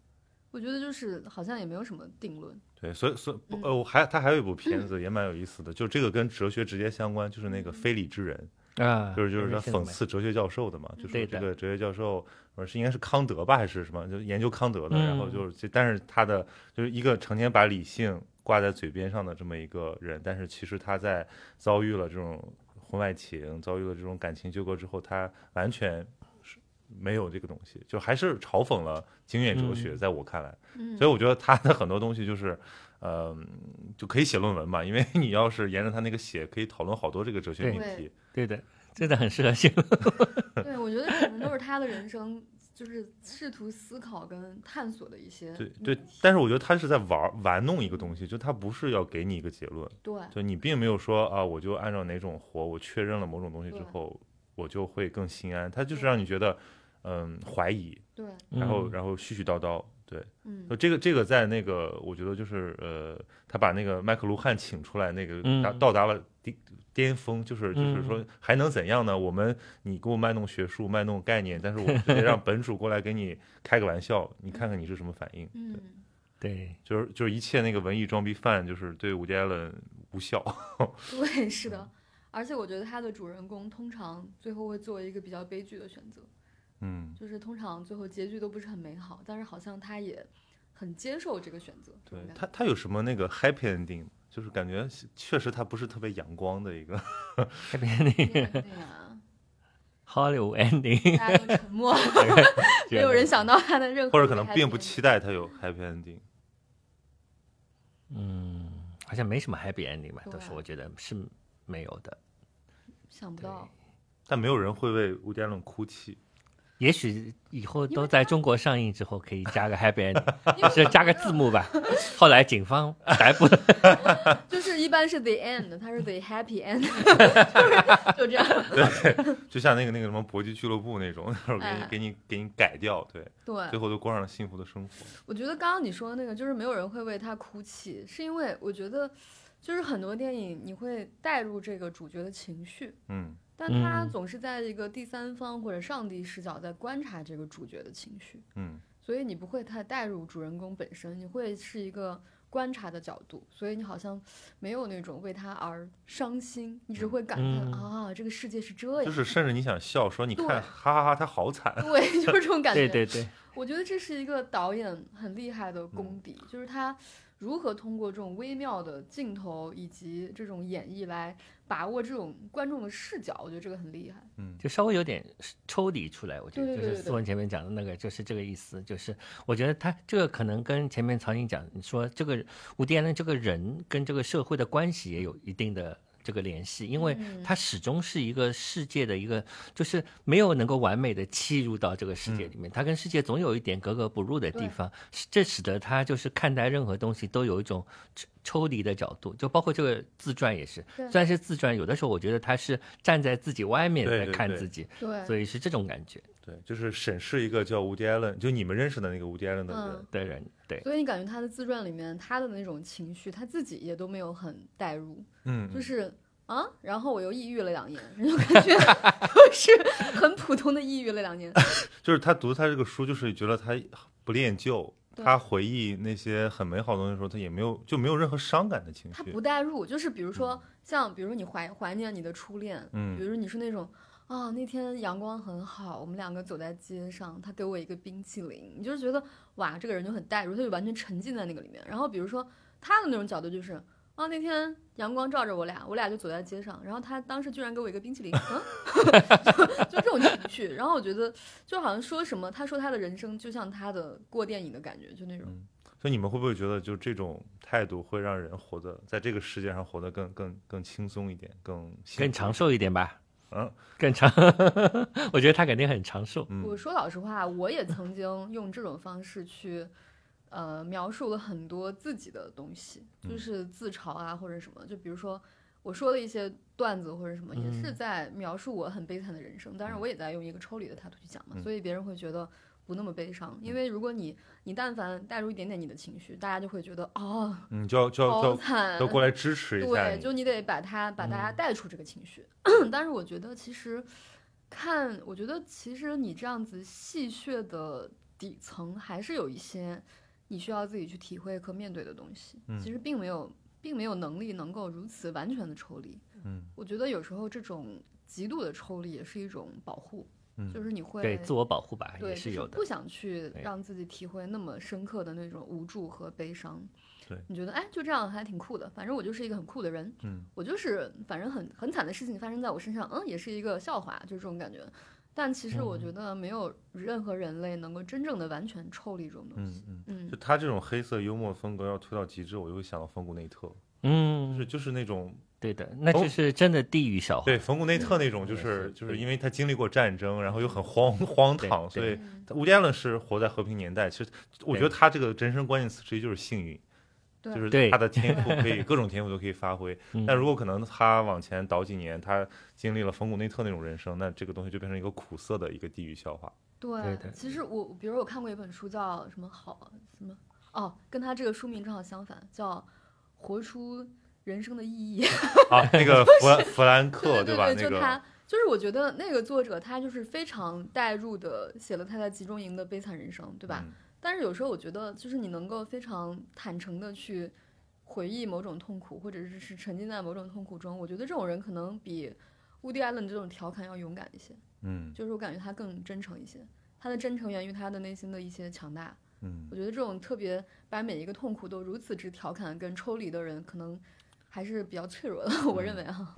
S2: 我觉得就是好像也没有什么定论。
S1: 对，所以所以不
S2: 嗯
S1: 呃，我还他还有一部片子也蛮有意思的，就这个跟哲学直接相关，就是那个《非礼之人》，
S3: 啊，
S1: 就是就是他
S3: Henry
S1: 讽
S3: Kissinger
S1: 刺哲学教授的嘛，就是
S3: 对的
S1: 这个哲学教授，我是应该是康德吧，还是什么，就研究康德的，然后
S3: 嗯
S1: 就是这，但是他的就是一个成天把理性挂在嘴边上的这么一个人，但是其实他在遭遇了这种婚外情，遭遇了这种感情纠葛之后，他完全是没有这个东西，就还是嘲讽了经验哲学，
S3: 嗯
S1: 在我看来。
S2: 嗯，
S1: 所以我觉得他的很多东西就是， *laughs* 呃，就可以写论文嘛，因为你要是沿着他那个写，可以讨论好多这个哲学
S3: 对
S1: 命
S2: 对
S1: 题。
S3: 对的，真的很适合写。
S2: 对，我觉得可能都是他的人生，就是试图思考跟探索的一些
S1: 对
S2: 嗯
S1: 对，但是我觉得他是在玩儿玩弄一个东西，就他不是要给你一个结论，
S2: 对
S1: 就你并没有说啊，我就按照哪种活，我确认了某种东西之
S2: 对
S1: 后，我就会更心安。他就是
S2: 对
S1: 让你觉得，嗯，怀疑，
S2: 对，
S1: *laughs* 然后
S3: 嗯
S1: 然后絮絮叨叨，对，
S2: 嗯
S1: 就，这个这个在那个，我觉得就是呃，他把那个麦克卢汉请出来，那个
S3: 嗯
S1: 达到达了巅巅峰，就是就是说还能怎样呢？我们你给我卖弄学术，卖弄概念，但是我们就得让本主过来给你开个玩笑，你看看你是什么反应？对，
S2: 嗯，
S3: 对，
S1: 就是就是一切那个文艺装逼犯，就是对伍迪·艾伦无效。
S2: 对，是的。
S1: 嗯
S2: 而且我觉得他的主人公通常最后会做一个比较悲剧的选择，
S1: 嗯，
S2: 就是通常最后结局都不是很美好，但是好像他也很接受这个选择。这
S1: 对
S2: 种感觉
S1: 他他有什么那个 happy ending？就是感觉确实他不是特别阳光的一个，
S3: 那边那
S2: 对呀
S3: 个
S2: 对
S1: *laughs*
S2: 呀
S3: Hollywood ending，
S2: 大家都沉默， *laughs* 没有人，想到他的任何，
S1: 或者可能并不期。待他有 happy ending。
S3: 嗯，好像没什么 happy ending 吧，
S2: 对啊
S3: 都是我觉得是没有的。
S2: 想不
S3: 对
S2: 到，
S1: 但没有人会为伍迪·艾伦哭泣。
S3: 也许以后
S2: 因
S3: 都
S2: 为
S3: 在中国上映之后，可以加个 happy ending， *laughs*
S2: 因为
S3: 是
S2: 我
S3: 加个
S2: 觉
S3: 字
S2: 得，
S3: 幕吧。后来警方逮捕了，
S2: 就是一般是 the end，他是 the happy end，就是就这样。
S1: 对，就像那个那个什么搏击俱乐部那种， *laughs* 就是给你
S2: 哎
S1: 给你给你改掉，对，最
S2: 对，
S1: 后都过上了幸福的生活。
S2: 我觉得刚刚你说的那个，就是没有人会为他哭泣，是因为我觉得，就是很多电影你会带入这个主角的情绪，
S1: 嗯，
S2: 但他
S3: 嗯
S2: 总是在一个第三方或者上帝视角在观察这个主角的情绪，
S1: 嗯，
S2: 所以你不会太带入主人公本身，你会是一个观察的角度，所以你好像没有那种为他而伤心，你只会感叹、
S3: 嗯
S2: 啊，这个世界是这
S1: 就
S2: 样。
S1: 是甚至你想笑，说你看，
S2: 对
S1: 哈哈哈，他好惨。
S2: 对， *laughs* 就是这种感觉。
S3: 对对对，
S2: 我觉得这是一个导演很厉害的
S3: 嗯
S2: 功底，就是他如何通过这种微妙的镜头以及这种演绎来把握这种观众的视角，我觉得这个很厉害。
S1: 嗯，
S3: 就稍微有点抽离出来。我觉得
S2: 对
S3: 就
S2: 对
S3: 是
S2: 对对
S3: 思文前面讲的那个，就是这个意思。就是我觉得他这个可能跟前面曹颖讲，你说这个伍迪·艾伦这个人跟这个社会的关系也有一定的这个联系，因为
S2: 嗯
S3: 他始终是一个世界的一个，就是没有能够完美的切入到这个世界
S1: 嗯
S3: 里面，他跟世界总有一点格格不入的地方，是这使得他就是看待任何东西都有一种抽抽离的角度，就包括这个自传也是，
S2: 对
S3: 虽然是自传，有的时候我觉得他是站在自己外面
S1: 对
S3: 在
S1: 对
S3: 看
S1: 对
S3: 自己，
S2: 嗯对
S3: 所以是这种感觉
S1: 对，就是审视一个叫伍迪·艾伦，就你们认识的那个伍迪·艾伦的人
S2: 嗯。
S3: 的人，对，
S2: 所以你感觉他的自传里面，他的那种情绪，他自己也都没有很代入，
S1: 嗯，
S2: 就
S1: 嗯
S2: 是啊，然后我又抑郁了两年，就感觉 *laughs* 就是很普通的抑郁了两年。
S1: 就是他读他这个书，就是觉得他不恋旧，
S2: 对
S1: 他回忆那些很美好的东西的时候，他也没有就没有任何伤感的情
S2: 他
S1: 绪
S2: 不。代入，就是比如说像，比如说你怀怀念你的初恋，
S1: 嗯
S2: 比如你是那种啊、那天阳光很好，我们两个走在街上，他给我一个冰淇淋，你就是觉得哇，这个人就很代入，他就完全沉浸在那个里面。然后比如说他的那种角度就是啊，那天阳光照着我俩，我俩就走在街上，然后他当时居然给我一个冰淇淋，嗯， *laughs* 就就这种情绪。然后我觉得就好像说什么，他说他的人生就像他的过电影的感觉，就那种。
S1: 所以你们会不会觉得，就这种态度会让人活得在这个世界上活得更更更轻松一点，更幸福一
S3: 更
S1: 点
S3: 长寿一点吧，
S1: 嗯，
S3: *laughs* 更长，我觉得他肯定很长寿，
S1: 嗯
S2: 我说老实话，我也曾经用这种方式去，呃，描述了很多自己的东西，就
S1: 嗯
S2: 是自嘲啊或者什么。就比如说我说的一些段子或者什么，也是
S3: 嗯
S2: 在描述我很悲惨的人生，当然我也在用一个抽离的态度去讲嘛，
S1: 嗯
S2: 所以别人会觉得。不那么悲伤，因为如果你你但凡带入一点点你的情绪，大家就会觉得哦，
S1: 嗯，就要就要就
S2: 好
S1: 要
S2: 惨，
S1: 要过来支持一下嗯
S2: 对，
S1: 你。
S2: 就你得把他把大家带出这个情绪。但是我觉得其实看，我觉得其实你这样子戏谑的底层还是有一些你需要自己去体会和面对的东西。
S1: 嗯
S2: 其实并没有并没有能力能够如此完全的抽离。
S1: 嗯，
S2: 我觉得有时候这种极度的抽离也是一种保护，
S1: 嗯
S2: 就是你会
S3: 对自我保护吧，
S2: 对
S3: 也
S2: 就是
S3: 有的
S2: 不。想去
S3: 对
S2: 让自己体会那么深刻的那种无助和悲伤。
S1: 对
S2: 你觉得哎，就这样还挺酷的，反正我就是一个很酷的人，
S1: 嗯，
S2: 我就是反正很很惨的事情发生在我身上，嗯，也是一个笑话，就是这种感觉。但其实我觉得没有任何人类能够真正的完全抽离这种东西
S1: 嗯。嗯，
S2: 嗯
S1: 就他这种黑色幽默风格要推到极致，我就会想到冯古内特，就
S3: 嗯
S1: 是，就是那种
S3: 对的，那就是真的地狱笑话。
S1: 对冯古内特那种，就
S3: 也
S1: 是
S3: 哦是
S1: 就是因为他经历过战争，然后又很荒荒
S3: 对
S1: 唐，所
S3: 对
S1: 以
S2: 嗯
S1: 伍迪·艾伦是活在和平年代。其实我觉得他这个人生关键词之一就是幸运，
S2: 对
S1: 就是
S3: 对
S1: 他的天赋可
S3: *laughs*
S1: 以各种天赋都可以发挥。
S3: 嗯
S1: 但如果可能他往前倒几年，他经历了冯古内特那种人生，那这个东西就变成一个苦涩的一个地狱笑话。
S2: 对
S3: 对对
S2: 其实我比如我看过一本书叫什么好什么哦，跟他这个书名正好相反，叫《活出人生的意义》。
S1: *laughs* 啊，那个弗兰弗兰克
S2: 对
S1: 吧？
S2: 对
S1: 那
S2: 就他
S1: 个，
S2: 就是我觉得那个作者他就是非常代入的写了他在集中营的悲惨人生，对吧？
S1: 嗯
S2: 但是有时候我觉得，就是你能够非常坦诚的去回忆某种痛苦，或者是是沉浸在某种痛苦中，我觉得这种人可能比乌迪艾伦这种调侃要勇敢一些。
S1: 嗯
S2: 就是我感觉他更真诚一些，他的真诚源于他的内心的一些强大。
S1: 嗯
S2: 我觉得这种特别把每一个痛苦都如此之调侃跟抽离的人，可能还是比较脆弱的。 *laughs* 我认为啊，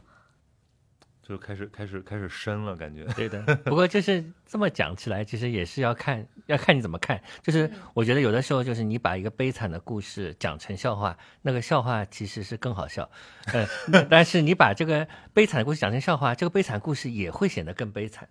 S1: 就开始开始开始深了，感觉。
S3: *laughs* 对的，不过就是这么讲起来，其实也是要看要看你怎么看。就是
S2: 嗯
S3: 我觉得有的时候，就是你把一个悲惨的故事讲成笑话，那个笑话其实是更好笑。呃，但是你把这个悲惨的故事讲成笑话，这个悲惨故事也会显得更悲惨。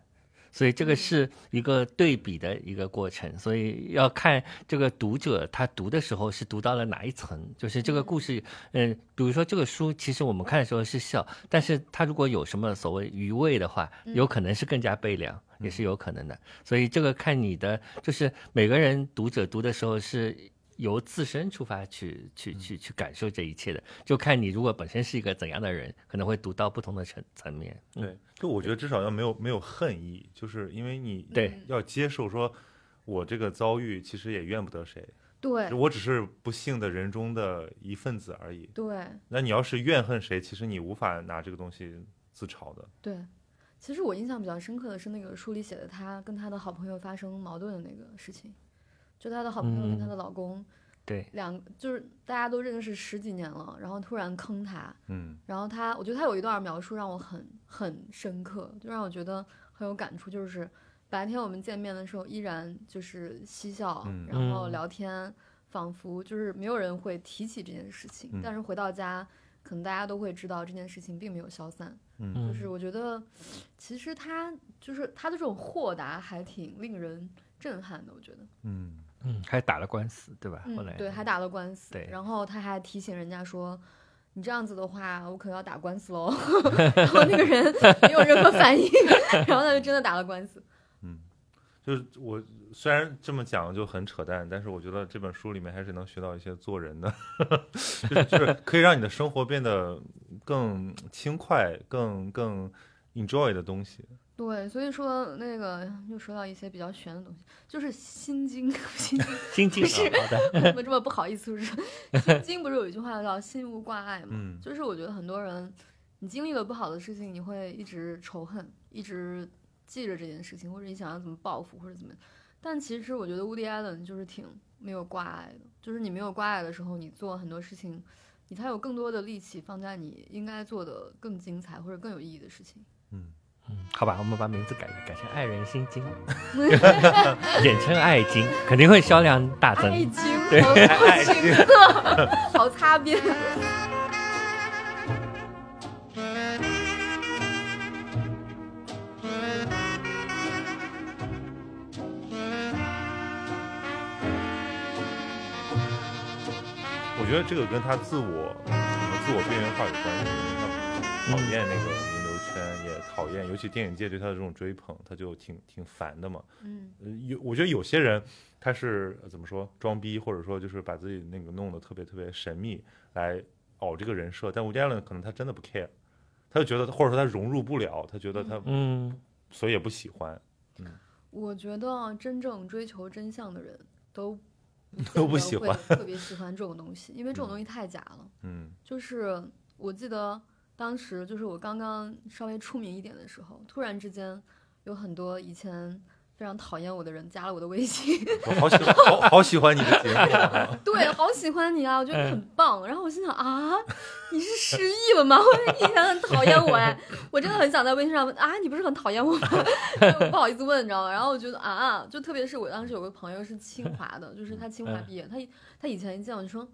S3: 所以这个是一个对比的一个过程，所以要看这个读者他读的时候是读到了哪一层，就是这个故事，嗯，比如说这个书，其实我们看的时候是笑，但是他如果有什么所谓余味的话，
S2: 嗯
S3: 有可能是更加悲凉，也是有可能的。所以这个看你的，就是每个人读者读的时候是。由自身出发去
S2: 嗯
S3: 去去去感受这一切的，就看你如果本身是一个怎样的人，可能会读到不同的层层面。嗯
S1: 对， *laughs* 就我觉得至少要没有没有恨意，就是因为你
S3: 对
S1: 要接受说，我这个遭遇其实也怨不得谁，
S2: 对
S1: 我只是不幸的人中的一份子而已。
S2: 对
S1: 那你要是怨恨谁，其实你无法拿这个东西自嘲的。
S2: 对。其实我印象比较深刻的是那个书里写的他跟他的好朋友发生矛盾的那个事情，就他的好朋友跟她
S1: 嗯
S2: 的老公、
S3: 对，
S2: 两就是大家都认识十几年了，然后突然坑他，
S1: 嗯
S2: 然后他，我觉得他有一段描述让我很很深刻，就让我觉得很有感触，就是白天我们见面的时候依然就是嬉笑，
S1: 嗯
S2: 然后
S3: 嗯
S2: 聊天，仿佛就是没有人会提起这件事情，
S1: 嗯
S2: 但是回到家，可能大家都会知道这件事情并没有消散。
S1: 嗯
S2: 就
S3: 嗯
S2: 是我觉得，其实他就是他的这种豁达还挺令人震撼的，我觉得。
S1: 嗯，
S3: 嗯，还打了官司，对吧？后
S2: 嗯
S3: 来，
S2: 对，还打了官司，
S3: 对
S2: 然后他还提醒人家说。你这样子的话，我可能要打官司喽。
S3: *laughs*
S2: 然后那个人没有任何反应，然后他就真的打了官司。
S1: 嗯就是我虽然这么讲就很扯淡，但是我觉得这本书里面还是能学到一些做人的，就是就是 *laughs* 可以让你的生活变得更轻快、更更 enjoy 的东西。
S2: 对，所以说那个又说到一些比较玄的东西，就是心经， *laughs* 心经
S3: 心境
S2: 不是
S3: 好的，
S2: 怎么这么不好意思？是不是？心经不是有一句话叫“心无挂碍”吗？
S1: 嗯
S2: 就是我觉得很多人，你经历了不好的事情，你会一直仇恨，一直记着这件事情，或者你想要怎么报复，或者怎么。但其实我觉得 Woody Allen 就是挺没有挂碍的，就是你没有挂碍的时候，你做很多事情，你才有更多的力气放在你应该做的更精彩或者更有意义的事情。
S1: 嗯，
S3: 嗯好吧，我们把名字改一改，改成《爱人心经》，简称《爱经》，肯定会销量大增。
S2: 爱情，好 *laughs* 情色， *laughs* 好擦边。
S1: 我觉得这个跟他自我自我边缘化有关系，因为他讨厌那个名流圈，也讨厌，尤其电影界对他的这种追捧，他就挺挺烦的嘛。
S2: 嗯
S1: 呃有我觉得有些人他是呃怎么说装逼，或者说就是把自己那个弄得特别特别神秘来熬这个人设，但吴家伦可能他真的不 care，他就觉得或者说他融入不了，他觉得他、
S3: 嗯，
S1: 所以也不喜欢，
S2: 我觉得啊真正追求真相的人都
S3: 嗯
S1: *laughs* 都不喜
S3: *laughs*
S1: 欢，
S2: 特别喜欢这种东西，因为这种东西太假了。
S1: 嗯
S2: 就是我记得当时就是我刚刚稍微出名一点的时候，突然之间有很多以前非常讨厌我的人加了我的微信，
S1: 我好喜欢，好好喜欢你的节目啊，
S2: 对，好喜欢你啊，我觉得你很棒。然后我心想啊，你是失忆了吗？ *laughs* 我以前很讨厌我哎，我真的很想在微信上问啊，你不是很讨厌我吗？ *laughs* 我不好意思问，你知道吗？然后我觉得啊，就特别是我当时有个朋友是清华的，就是他清华毕业，他以他以前一见我就说。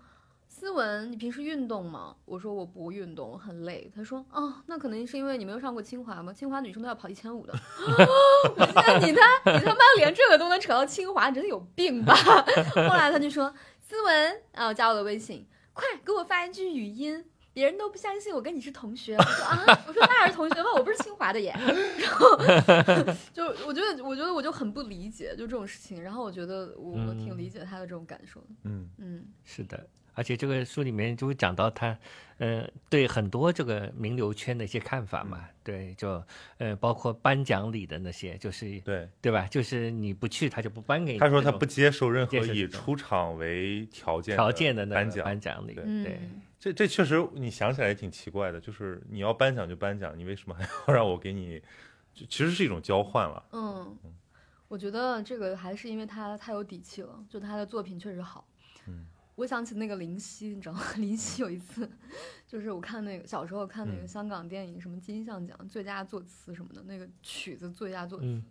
S2: 思文，你平时运动吗？我说我不运动，我很累。他说，哦，那可能是因为你没有上过清华吗？清华女生都要跑一千五的。我心想你他你他妈连这个都能扯到清华，你真的有病吧？后来他就说，思文啊，加我的微信，快给我发一句语音，别人都不相信我跟你是同学。我说啊， *laughs* 我说那儿是同学吗？我不是清华的耶。 *laughs* 然后就我觉得，我觉得我就很不理解，就这种事情。然后我觉得我我挺理解他的这种感受的。
S1: 嗯，
S2: 嗯
S3: 是的，而且这个书里面就会讲到他，呃，对很多这个名流圈的一些看法嘛，对，就呃，包括颁奖礼的那些，就是
S1: 对，
S3: 对吧？就是你不去，他就不颁给哎你这
S1: 他
S3: 种。
S1: 说他不接受任何
S3: 接受
S1: 以
S3: 这种
S1: 出场为条件
S3: 条件的那
S1: 颁
S3: 个
S1: 奖，
S3: 颁奖礼，
S1: 对
S3: 对
S2: 嗯，
S1: 这这确实你想起来也挺奇怪的，就是你要颁奖就颁奖，你为什么还要 *laughs* 让我给你？就其实是一种交换了，
S2: 嗯，我觉得这个还是因为他太有底气了，就他的作品确实好。
S1: 嗯，
S2: 我想起那个林夕，你知道吗？ *laughs* 林夕有一次，就是我看那个小时候看那个
S1: 嗯
S2: 香港电影什么金像奖最佳作词什么的，那个曲子最佳作词。
S3: 嗯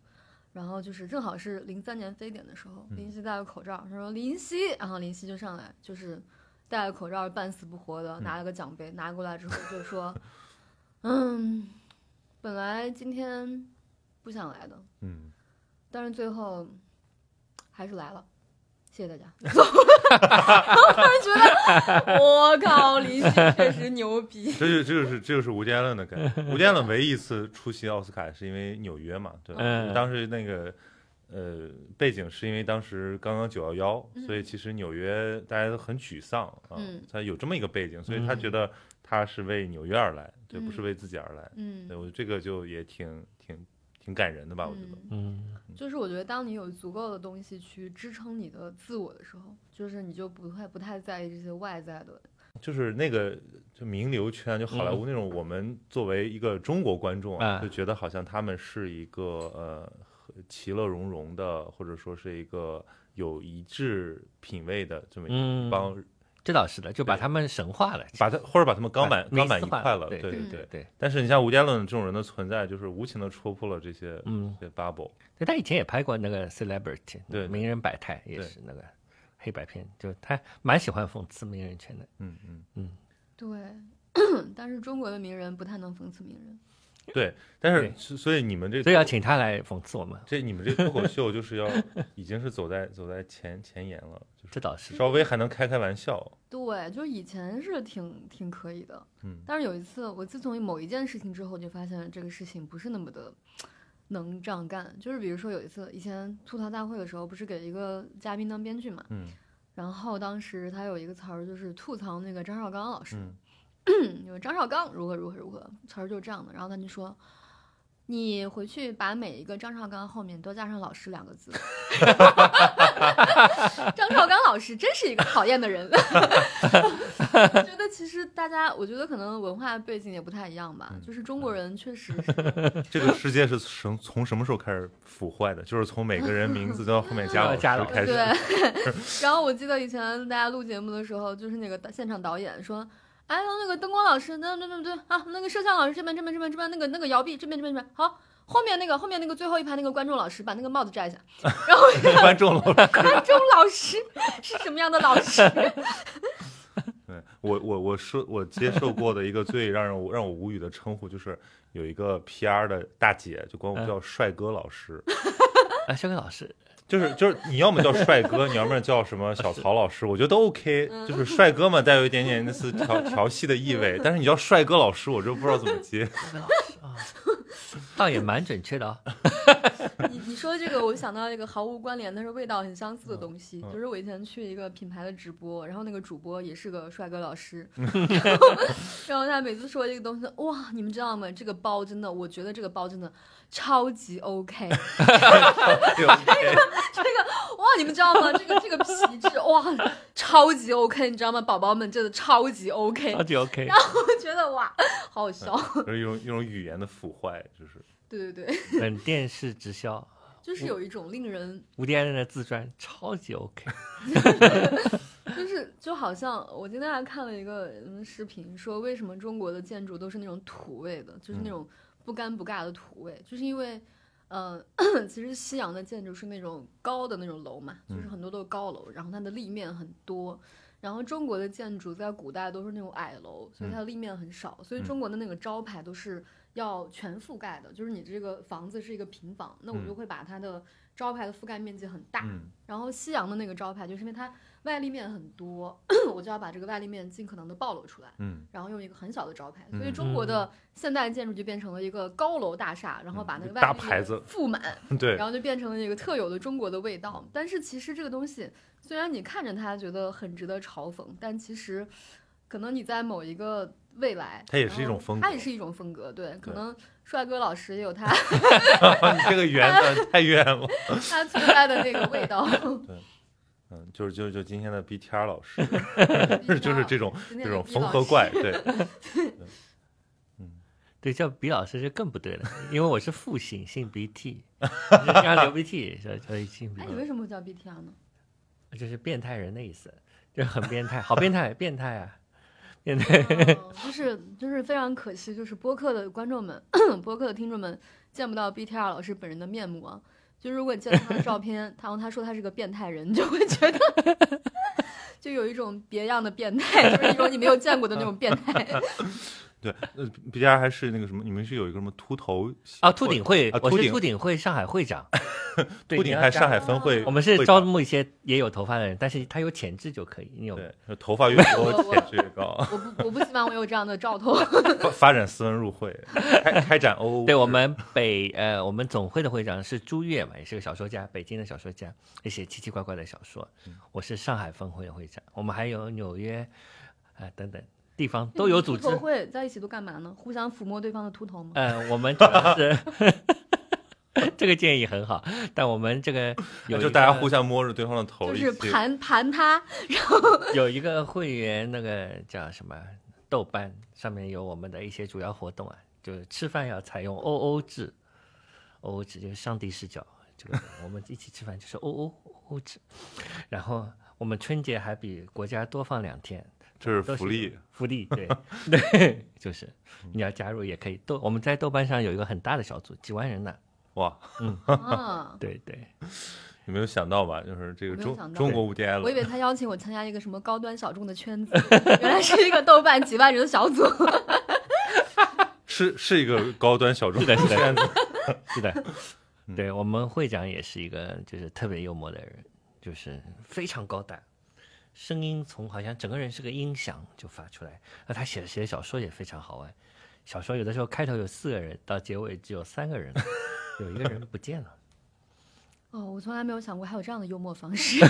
S2: 然后就是正好是零三年非典的时候，
S1: 嗯
S2: 林夕戴个口罩，他说林夕，然后林夕就上来，就是戴个口罩半死不活
S1: 嗯
S2: 的，拿了个奖杯，拿过来之后就说，嗯，本来今天不想来的，
S1: 嗯，
S2: 但是最后还是来了，谢谢大家。 *laughs* 然后我觉得，我靠，林夕确实牛逼。
S1: 这就这就是这就是吴杰伦的感觉。吴杰伦唯一一次出席奥斯卡是因为纽约嘛，对吧？
S3: 嗯
S1: 当时那个呃背景是因为当时刚刚九幺幺，
S2: 嗯
S1: 所以其实纽约大家都很沮丧啊
S2: 嗯，
S1: 他有这么一个背景，所以他
S2: 嗯
S1: 觉得他是为纽约而来，对，不是
S2: 嗯
S1: 为自己而来。
S2: *laughs* 嗯
S1: 对，我觉得这个就也挺挺挺感人的吧，我觉得。
S2: 嗯，
S3: 嗯，
S2: 就是我觉得当你有足够的东西去支撑你的自我的时候，就是你就不太不太在意这些外在的。
S1: 就是那个就名流圈，就好莱坞
S3: 嗯
S1: 那种，我们作为一个中国观众啊，
S3: 啊
S1: 就觉得好像他们是一个呃其乐融融的，或者说是一个有一致品味的这么一
S3: 嗯
S1: 帮，
S3: 这倒是的，就把
S1: 对
S3: 他们神化了，
S1: 把他或者把他们刚满
S3: 把
S1: 刚满一
S3: mix 化
S1: 块了，
S3: 对
S1: 对
S2: 嗯
S3: 哎对
S1: 对。
S3: 对，
S1: 但是你像吴家伦这种人的存在，就是无情的戳破了这些
S3: 嗯。
S1: 这些 bubble。
S3: 对他以前也拍过那个 Celebrity，
S1: 对
S3: 名人百态也
S1: 对
S3: 是那个黑白片，就他蛮喜欢讽刺名人圈的。
S1: 嗯嗯，
S2: 对， *clears throat* 但是中国的名人不太能讽刺名人。
S1: 对。但是
S3: 对
S1: 所所以你们这
S3: 所以要请他来讽刺我们，
S1: 这你们这脱口秀就是要 *laughs* 已经是走在走在前前沿了，就
S3: 这
S1: 是
S3: 倒
S2: 啊
S3: 是。
S1: 稍微还能开开玩笑。
S2: 对，就是以前是挺挺可以的，
S1: 嗯
S2: 但是有一次，我自从某一件事情之后，就发现这个事情不是那么的能这样干。就是比如说有一次，以前吐槽大会的时候，不是给一个嘉宾当编剧嘛，
S1: 嗯
S2: 然后当时他有一个词儿就是吐槽那个张绍刚老师，
S1: 嗯。
S2: 有张绍刚如何如何如何，词儿就是这样的。然后他就说。你回去把每一个张绍刚后面都加上“老师”两个字。 *laughs* 张绍刚老师真是一个讨厌的人。 *laughs* 我觉得其实大家，我觉得可能文化背景也不太一样吧。
S1: 嗯
S2: 就是中国人确实是，
S1: 这个世界是从从什么时候开始腐坏的？就是从每个人名字都要后面
S3: *laughs*
S1: 加
S3: 要
S1: 老
S3: 加
S1: 师
S3: 老师
S1: 开始。
S2: 对。然后我记得以前大家录节目的时候，就是那个导现场导演说。哎，那个灯光老师，那那那对啊，那个摄像老师这边这边这边这边，那个那个摇臂这边这边这边，好，后面那个后面那个最后一排那个观众老师，把那个帽子摘一下，然后
S1: 观众老师， *laughs*
S2: 观众老师是什么样的老师？
S1: 对我我我说我接受过的一个最让人让我无语的称呼，就是有一个 PR 的大姐就管我们叫帅哥老师，
S3: 啊，肖哥老师，
S1: 就是就是你要么叫帅哥，你 *laughs* 要么叫什么小曹老师，我觉得都 OK，就是帅哥嘛，带有一点点那次调调戏的意味，但是你叫帅哥老师，我就不知道怎么接。 *laughs*
S3: 肖哥老师
S2: *laughs*
S3: 啊，倒也蛮准确的啊。
S1: *laughs*
S2: 你你说这个，我想到一个毫无关联，但是味道很相似的东西，
S1: 嗯
S2: 就是我以前去一个品牌的直播，然后那个主播也是个帅哥
S1: *laughs*
S2: 老师，然后他每次说这个东西，哇，你们知道吗？这个包真的，我觉得这个包真的超级 OK， *laughs*
S1: 对 OK
S2: 这个哇，你们知道吗？这个这个皮质哇，超级 OK，你知道吗？宝宝们真的超级 OK，
S3: 超级 OK。
S2: 然后我觉得哇，好好笑。
S1: 就是一种一种语言的腐坏，就是
S2: 对对对，
S3: 本电视直销，
S2: 就是有一种令人，
S3: 吴迪安的自传超级 OK。
S2: 就是就好像我今天还看了一个嗯视频，说为什么中国的建筑都是那种土味的，就
S1: 嗯
S2: 是那种不干不尬的土味，就是因为。呃， *coughs* 其实西洋的建筑是那种高的那种楼嘛，就是
S1: 嗯
S2: 很多都是高楼，然后它的立面很多。然后中国的建筑在古代都是那种矮楼，
S1: 嗯
S2: 所以它的立面很少，所以中国的那个招牌都是要全覆盖的，就是你这个房子是一个平房，那我
S1: 嗯
S2: 就会把它的招牌的覆盖面积很大。
S1: 嗯
S2: 然后西洋的那个招牌，就是因为它外立面很多，我就要把这个外立面尽可能的暴露出来。
S1: 嗯，
S2: 然后用一个很小的招牌，
S1: 嗯嗯
S2: 所以中国的现代建筑就变成了一个高楼大厦，然后把那个外
S1: 大
S2: 立
S1: 牌子
S2: 覆满，
S1: 对，
S2: 然后就变成了一个特有的中国的味道。但是其实这个东西，虽然你看着它觉得很值得嘲讽，但其实可能你在某一个未来，
S1: 它也是一
S2: 然后
S1: 种风
S2: 它
S1: 格
S2: 也是一种风格。对，可
S1: 对
S2: 能帅哥老师也有他 *laughs*
S3: *laughs* 哦
S1: 你这个缘分太远了。
S2: 他存在的那个
S1: *laughs*
S2: 味道，
S1: 嗯，就是就是就今天的 BTR 老师， *laughs*
S2: 就是
S1: 就是这种
S2: 今天
S1: 这
S2: 的
S1: 种
S2: 毕
S1: 缝
S2: 老
S1: 合
S2: 师 *laughs*
S1: 怪，对，
S3: 对，叫比老师就更不对了，因为我是复姓，姓鼻涕，人家流鼻涕，所以所以姓鼻
S2: 哎，，你为什么叫 BTR
S3: *laughs*
S2: 呢？
S3: 就是变态人的意思，就很变态，好变态，变态啊，变态。
S2: 哦就是就是非常可惜，就是播客的观众们、 *clears throat* 播客的听众们见不到 BTR 老师本人的面目啊。就如果你见到他的照
S3: *laughs*
S2: 片，他然后他说他是个变态人，你就会觉得 *laughs* 就有一种别样的变
S3: *laughs*
S2: 态，就是一种你没有见过的那种变态。
S1: 对，呃，BTR 还是那个什么，你们是有一个什么秃头
S3: 啊，秃顶会，
S1: 啊秃
S3: 我是
S1: 顶
S3: 秃顶会上海
S1: *laughs*
S3: 会长，对
S1: 秃顶还上海分会，
S3: 啊我们是
S1: 会
S3: 招
S1: 长
S3: 募一些也有头发的人，但是他有潜质就可以。你有
S1: 对，就头发越多
S2: 我
S1: 潜质越高，
S2: 我不我不希望我有这样的兆头。
S1: 发发展斯文入会，开开展欧，
S3: 对我们北呃，我们总会的会长是朱越嘛，也是个小说家，北京的小说家，也写奇奇怪怪的小说。
S1: 嗯
S3: 我是上海分会的会长，我们还有纽约呃等等地方都有组织
S2: *laughs* 秃。头会在一起都干嘛呢？互相抚摸对方的秃头吗？
S3: 呃，我们主要是 *laughs* 这个建议很好，但我们这个有
S1: 就
S3: 一
S1: 大家
S3: 个
S1: 互相摸着对方的头
S2: 就
S1: 一
S2: 是
S1: 起，
S2: 盘盘
S3: *laughs*
S2: 他，
S3: 有一个会员，那个叫什么豆瓣，上面有我们的一些主要活动啊，就是吃饭要采用 O O 制，O O 制就是上帝视角，这个我们一起吃饭就是 O O O 制，然后我们春节还比国家多放两天，
S1: 这是
S3: 都
S1: 福利，，
S3: 福利，对对，就是你要加入也可以，豆我们在豆瓣上有一个很大的小组，几万人呢，
S1: 哇，
S2: 啊，
S3: 对对，
S1: 你没有想到吧？就是这个
S2: 我没有
S1: 中
S2: 想到
S1: 中国 VTR
S2: 我以
S1: 了，
S2: 为他邀请我参加一个什么高端小众的圈子，原来是一个豆瓣几万人的小组。
S1: 是是一个高端小众
S3: 是
S1: *laughs*
S3: 的是的
S1: 圈子，
S3: *laughs* 是的，
S2: 嗯
S3: 对我们会长也是一个就是特别幽默的人，就是非常高大，声音从好像整个人是个音响就发出来。那他写的写的小说也非常好玩，小说有的时候开头有四个人，到结尾只有
S2: *laughs*
S3: 三个人了，有一个人不见了，
S2: 哦，我从来没有想过还有这样的幽默方式，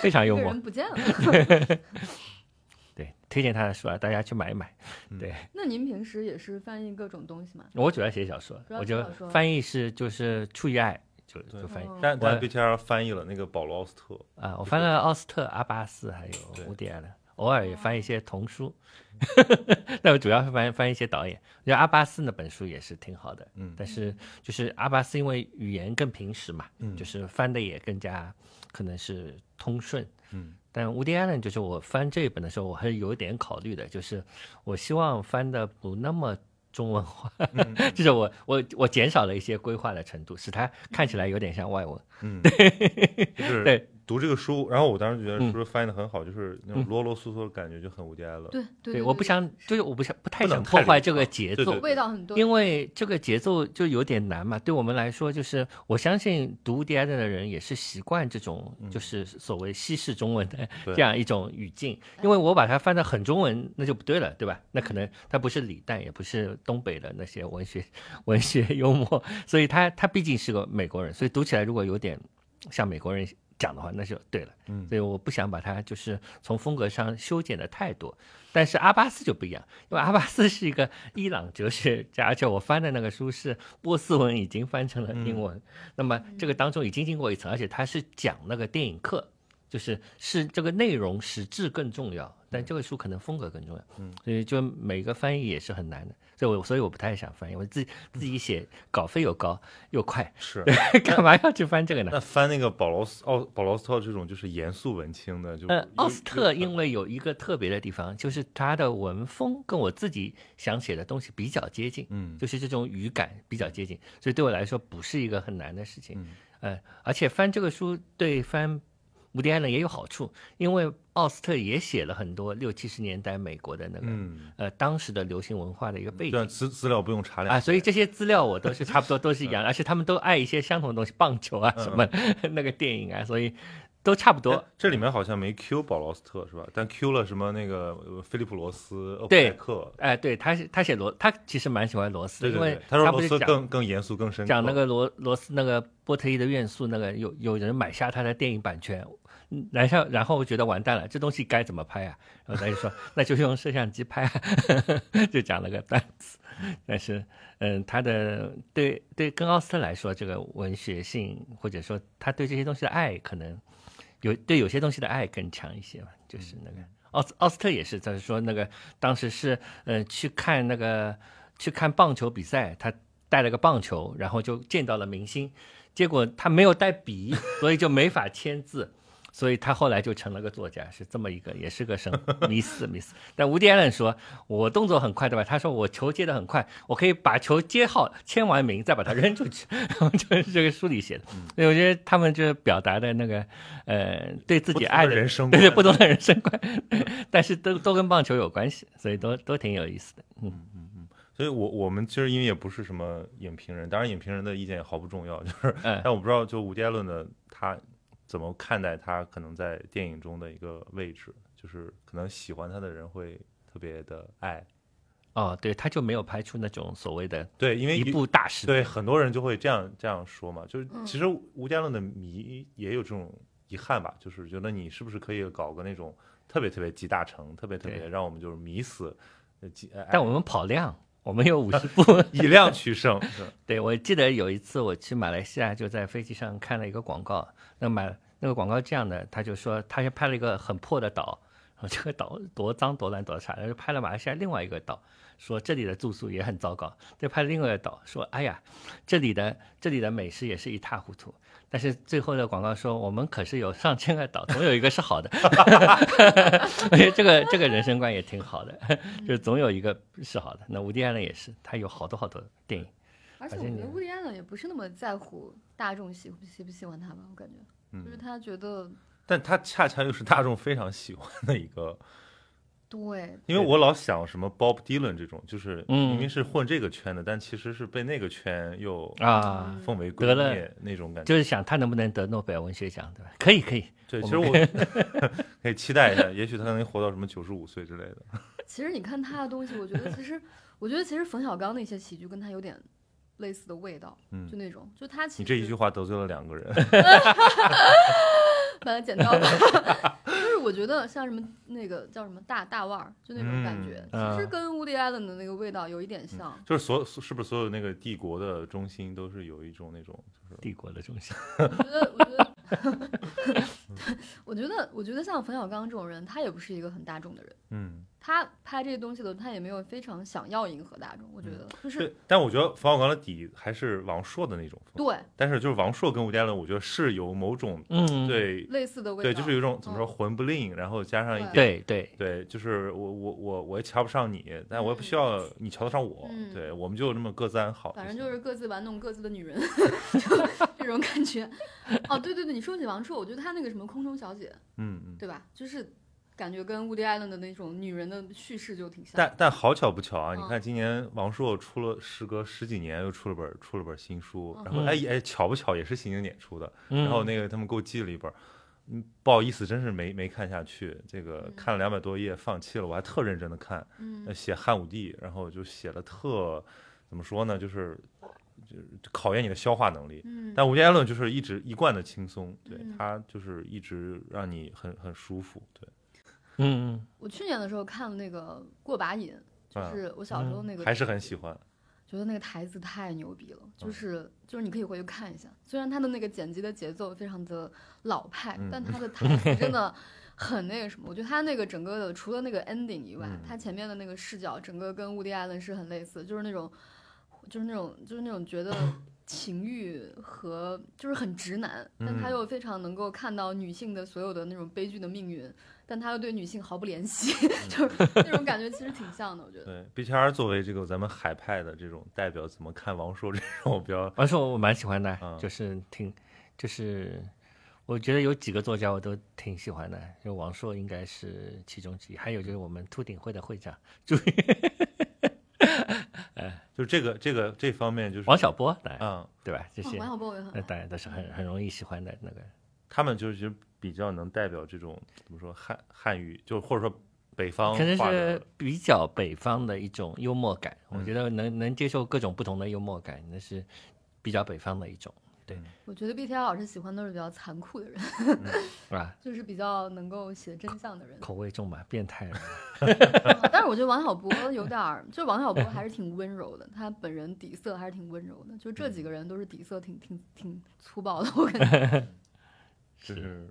S3: 非常
S2: 这
S3: 幽
S2: 个
S3: 默
S2: 人。不见了。
S3: *laughs* 对，推荐他的书啊，大家去买一买。
S2: 那您平时也是翻译各种东西吗？
S3: 我主要写小说，
S2: 主要
S3: 我
S2: 写
S3: 就
S2: 小说
S3: 翻译是就是出于爱就就翻译。
S2: 哦
S1: 但但
S3: 我
S1: BTR 翻译了那个保罗奥斯特，
S3: 啊，我翻了奥斯特、阿巴斯，还有
S1: 对
S3: 伍迪艾伦，偶尔也翻一些童书，
S1: 嗯
S3: *laughs* 但我主要是翻翻一些导演。我觉得阿巴斯那本书也是挺好的，
S1: 嗯
S3: 但是就是阿巴斯因为语言更平实嘛，
S1: 嗯
S3: 就是翻的也更加可能是通顺。
S1: 嗯，
S3: 但伍迪艾伦就是我翻这一本的时候，我还是有一点考虑的，就是我希望翻的不那么中文化，
S1: 嗯
S3: *laughs* 就是我我我减少了一些规划的程度，使它看起来有点像外文。 *laughs*
S1: 嗯，就是
S3: 对
S1: 读这个书，然后我当时觉得
S3: 嗯
S1: 书翻译的很好，就是那种啰啰嗦嗦的感觉就很无敌了。
S2: 对对
S3: 对，我不想，就是我不想不太
S1: 不能
S3: 想
S1: 太
S3: 破坏
S1: 临
S3: 这个
S1: 场
S3: 节
S1: 对
S3: 奏
S1: 对，
S2: 味道很多。
S3: 因为这个节奏就有点难嘛。对我们来说，就是我相信读 D I 的人也是习惯这种，就是所谓西式中文的
S1: 嗯对
S3: 这样一种语境。因为我把它翻得很中文，那就不对了，对
S2: 嗯
S3: 吧？那可能它不是李诞，也不是东北的那些文学 *laughs* 文学幽默，所以他他毕竟是个美国人，所以读起来如果有点像美国人。讲的话那就对了，
S1: 嗯
S3: 所以我不想把它就是从风格上修剪的太多，但是阿巴斯就不一样，因为阿巴斯是一个伊朗哲学家，而且我翻的那个书是波斯文嗯已经翻成了英文，那么这个当中已经经过一层，而且他是讲那个电影课，就是是这个内容实质更重要，但这个书可能风格更重要。
S1: 嗯，
S3: 所以就每个翻译也是很难的，所以我所以我不太想翻译，我自己自己写稿费又高又快， *laughs*
S1: 是。
S3: 干嘛要去翻这个呢？
S1: 那翻那个保罗斯奥保罗斯特这种就是严肃文青的，就
S3: 呃，奥斯特
S1: 英
S3: 因为有一个特别的地方，就是他的文风跟我自己想写的东西比较接近，
S1: 嗯
S3: 就是这种语感比较接近，所以对我来说不是一个很难的事情。
S1: 嗯
S3: 呃，而且翻这个书对翻伍迪·艾伦也有好处，因为奥斯特也写了很多六七十年代美国的那个、
S1: 嗯，
S3: 呃当时的流行文化的一个背
S1: 对啊，
S3: 景。
S1: 资资料不用查两
S3: 啊，所以这些资料我都是差不多都是一样，
S1: 嗯
S3: 而且他们都爱一些相同的东西，棒球啊什么、那个电影啊，所以都差不多。
S1: 哎这里面好像没 Q 保罗斯特是吧？但 Q 了什么那个呃菲利普罗斯、厄普
S3: 对
S1: 泰克，
S3: 哎，对，他是他写罗，他其实蛮喜欢罗斯，
S1: 对对
S3: 因
S1: 对
S3: 为，
S1: 他说
S3: 不
S1: 罗
S3: 是
S1: 斯
S3: 讲
S1: 更更严肃、更深刻。
S3: 讲那个罗罗斯那个波特伊的元素，那个有有人买下他的电影版权，嗯然后然后我觉得完蛋了，这东西该怎么拍啊？然后他就说那就用摄像机拍、啊， *laughs* 就讲了个段子。但是，嗯，他的对对跟奥斯特来说，这个文学性或者说他对这些东西的爱，可能有对有些东西的爱更强一些吧，就是
S1: 嗯
S3: 那个。奥斯奥斯特也是，他说那个当时是呃去看那个去看棒球比赛，他带了个棒球，然后就见到了明星，结果他没有带笔，所以就没法签字，所以他后来就成了个作家，是这么一个，也是个神迷思迷思。但吴迪安伦说，我动作很快，对吧？他说我球接得很快，我可以把球接好，签完名再把它扔出去， *laughs* 然后就是这个书里写的。
S1: 嗯
S3: 所以我觉得他们就是表达的那个呃，对自
S1: 不
S3: 己
S1: 同的
S3: 爱的
S1: 人生
S3: 对对，
S1: 观
S3: 不同的人生观， *laughs* 但是都都跟棒球有关系，所以都都挺有意思的。
S1: 所以我我们其实因为也不是什么影评人，当然影评人的意见也毫不重要，
S3: *laughs*
S1: 就是，
S3: 嗯
S1: 但我不知道就伍迪艾伦的他怎么看待他可能在电影中的一个位置，就是可能喜欢他的人会特别的爱，
S3: 哦，对，他就没有拍出那种所谓的
S1: 对，因为
S3: 一部大师。
S1: 对很多人就会这样这样说嘛，就是
S2: 嗯
S1: 其实吴家伦的迷也有这种遗憾吧，就是觉得你是不是可以搞个那种特别特别集大成，特别特别
S3: 对
S1: 让我们就是迷死，呃集呃
S3: 但我们跑量，我们有五十部。
S1: *laughs* 以量取胜，是吧
S3: 对，我记得有一次我去马来西亚，就在飞机上看了一个广告，那买那个广告这样的，他就说他先拍了一个很破的岛，然后这个岛多脏多烂多差，然后拍了马来西亚另外一个岛，说这里的住宿也很糟糕，再拍另外一个岛，说哎呀，这里的这里的美食也是一塌糊涂。但是最后的广告说，我们可是有上千个岛，总有一个是好的。 *laughs* 我觉得这个这个人生观也挺好的， *laughs* 就是总有一个是好的。那伍迪·艾伦也是，他有好多好多电影。
S2: 而且
S3: 而
S2: 我
S3: 且
S2: 觉
S3: 你
S2: 得乌迪安伦也不是那么在乎大众喜不喜不喜欢他吧，我感觉就是
S1: 嗯，
S2: 他觉得
S1: 但他恰恰又是大众非常喜欢的一个，
S2: 对，
S1: 因为我老想什么 Bob Dylan 这种，就是
S3: 嗯
S1: 明明是混这个圈的，但其实是被那个圈又
S3: 啊，
S2: 嗯
S1: 奉为圭
S3: 得了
S1: 臬那种感觉。
S3: 就是想他能不能得诺贝尔文学奖，对吧？可以，可以。
S1: 对，
S3: 我
S1: 其实我可以期待一下，也许他能活到什么九十五岁之类的。
S2: 其实你看他的东西，我觉得其实，我觉得其实冯小刚那些喜剧跟他有点类似的味道，
S1: 嗯
S2: 就那种，就他其实
S1: 你这一句话得罪了两个人。 *laughs*
S2: 把它剪掉吧。 *laughs* 就是我觉得像什么那个叫什么大大腕儿，就那种感觉，
S3: 嗯
S2: 其实
S3: 啊
S2: 跟 Woody Allen 的那个味道有一点像。
S1: 就是所有是不是所有那个帝国的中心都是有一种那种就是
S3: 帝国的中心，
S2: 我觉得，我 *laughs* 觉得，我觉得，我觉得像冯小刚这种人，他也不是一个很大众的人。
S1: 嗯，
S2: 他拍这些东西的，他也没有非常想要迎合大众，我觉得就是
S1: 对。但我觉得冯小刚的底还是王朔的那种风，
S2: 对
S1: 但是就是王朔跟吴家伦，我觉得是有某种
S3: 嗯，
S1: 对
S2: 类似的味道，嗯
S1: 对，就是有一种怎么说魂不吝，然后加上一点。
S3: 对对
S1: 对，就是我我我我也瞧不上你，但我也不需要你瞧得上我。
S2: 嗯
S1: 对，我们就这么各自安好行。
S2: 反正就是各自玩弄各自的女人，就这种感觉。哦，对对对，你说起王朔，我觉得他那个什么《空中小姐
S1: 嗯嗯》，。
S2: 对吧？就是感觉跟 Woody Allen 的那种女人的叙事就挺像。
S1: 但但好巧不巧啊，你看
S2: 嗯
S1: 今年王朔出了，时隔十几年又出了本出了本新书，然后
S3: 嗯
S1: 哎哎巧不巧也是刑警点出的，
S3: 嗯
S1: 然后那个他们给我寄了一本儿，嗯，不好意思，真是没没看下去，这个
S2: 嗯
S1: 看了两百多页放弃了，我还特认真的看，
S2: 嗯
S1: 呃写汉武帝，然后就写了特怎么说呢，就是就是考验你的消化能力。
S2: 嗯，
S1: 但吴艾伦就是一直一贯的轻松，对
S2: 嗯
S1: 他就是一直让你很很舒服，对，
S3: 嗯
S2: 我去年的时候看了那个《过把瘾》，就
S1: 嗯
S2: 是我小时候那个
S1: 还是很喜欢。
S2: 觉得那个台词太牛逼了，
S1: 嗯
S2: 就是就是你可以回去看一下，虽然他的那个剪辑的节奏非常的老派，
S1: 嗯
S2: 但
S1: *laughs*
S2: 他的台词真的很那个什么。我觉得他那个整个的除了那个 ending 以外
S1: 嗯，
S2: 他前面的那个视角整个跟乌迪艾伦是很类似，就是那种就是那种就是那种觉得情欲和就是很直男，但他
S1: 嗯
S2: 又非常能够看到女性的所有的那种悲剧的命运，但他又对女性毫不怜惜， *laughs*
S1: 嗯
S2: 就是那种感觉其实挺像的，我觉
S1: *laughs*
S2: 得。
S1: 对，BTR 作为这个咱们海派的这种代表，怎么看王朔这种比较？
S3: 而且我蛮喜欢的，
S1: 嗯
S3: 就是挺，就是我觉得有几个作家我都挺喜欢的，就王朔应该是其中之一，还有就是我们秃顶会的会长
S1: 就这个这个这方面，就是
S3: 王小波，当然
S1: 嗯，
S3: 对吧？这
S2: 哦
S3: 些
S2: 王小波我也很
S3: 那
S1: 呃
S2: 爱，
S3: 当然都是很很容易喜欢的那个。
S1: 他们就是比较能代表这种怎么说汉汉语，就或者说北方
S3: 可能
S1: 话的
S3: 是比较北方的一种幽默感，我
S1: 嗯
S3: 觉得能能接受各种不同的幽默感，那是比较北方的一种，
S2: 我觉得 BTR 老师喜欢都是比较残酷的人，
S3: 是吧？
S2: 就是比较能够写真相
S3: *laughs*
S2: 的人。
S3: 口味重嘛，变态了。
S2: 嗯但是我觉得王小波有点儿，就是王小波还是挺温柔的，他本人底色还是挺温柔的。就这几个人都是底色挺挺挺粗暴的，我感觉。
S1: 就是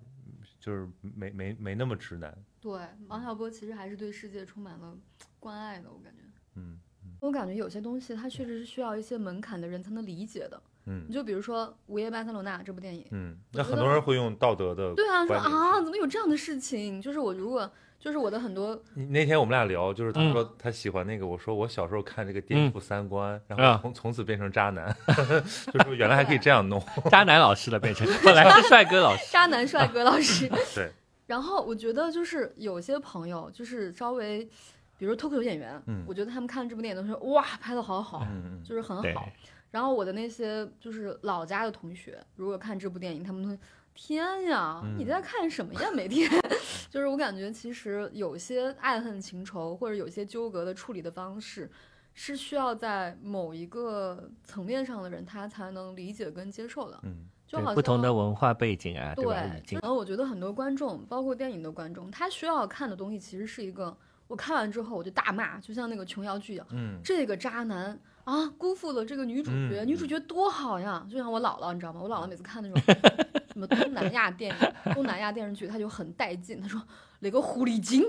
S1: 就是没没没那么直男，
S2: 对，王小波其实还是对世界充满了关爱的，我感觉。
S1: 嗯
S2: 我感觉有些东西它确实是需要一些门槛的人才能理解的。你
S1: 嗯
S2: 就比如说《午夜巴塞罗那》这部电影，
S1: 嗯，
S2: 我
S1: 那
S2: 觉
S1: 很
S2: 得
S1: 多人会用道德的
S2: 对啊，说
S1: 观点
S2: 啊，怎么有这样的事情？就是我如果就是我的很多
S1: 你那天我们俩聊，就是他
S3: 嗯
S1: 说他喜欢那个，我说我小时候看这个颠覆三观，然
S3: 啊
S1: 后从从此变成渣男， *laughs* 就说原来还可以这样弄，
S3: 渣男老师的变成， *laughs* 本来是帅哥老师，
S2: 渣男帅哥老师，
S1: 对，
S2: 然后我觉得就是有些朋友就是稍微，比如说脱口秀演员，
S1: 嗯
S2: 我觉得他们看这部电影都说哇拍的好好，
S1: 嗯嗯
S2: 就是很
S3: 对
S2: 好。然后我的那些就是老家的同学，如果看这部电影，他们都会天呀，
S1: 嗯
S2: 你在看什么呀？每天， *laughs* 就是我感觉其实有些爱恨情仇或者有些纠葛的处理的方式，是需要在某一个层面上的人他才能理解跟接受的。
S1: 嗯
S2: 就好像
S3: 不同的文化背景啊，对吧？语
S2: 对，
S3: 境
S2: 然后我觉得很多观众，包括电影的观众，他需要看的东西其实是一个，我看完之后我就大骂，就像那个琼瑶剧一样，
S1: 嗯
S2: 这个渣男啊，辜负了这个女主角，
S1: 嗯
S2: 女主角多好呀！就像我姥姥，你知道吗？我姥姥每次看那种什么东南亚电影、东南亚电视剧，她就很带劲，她说：“那个狐狸
S3: *laughs*
S2: 精，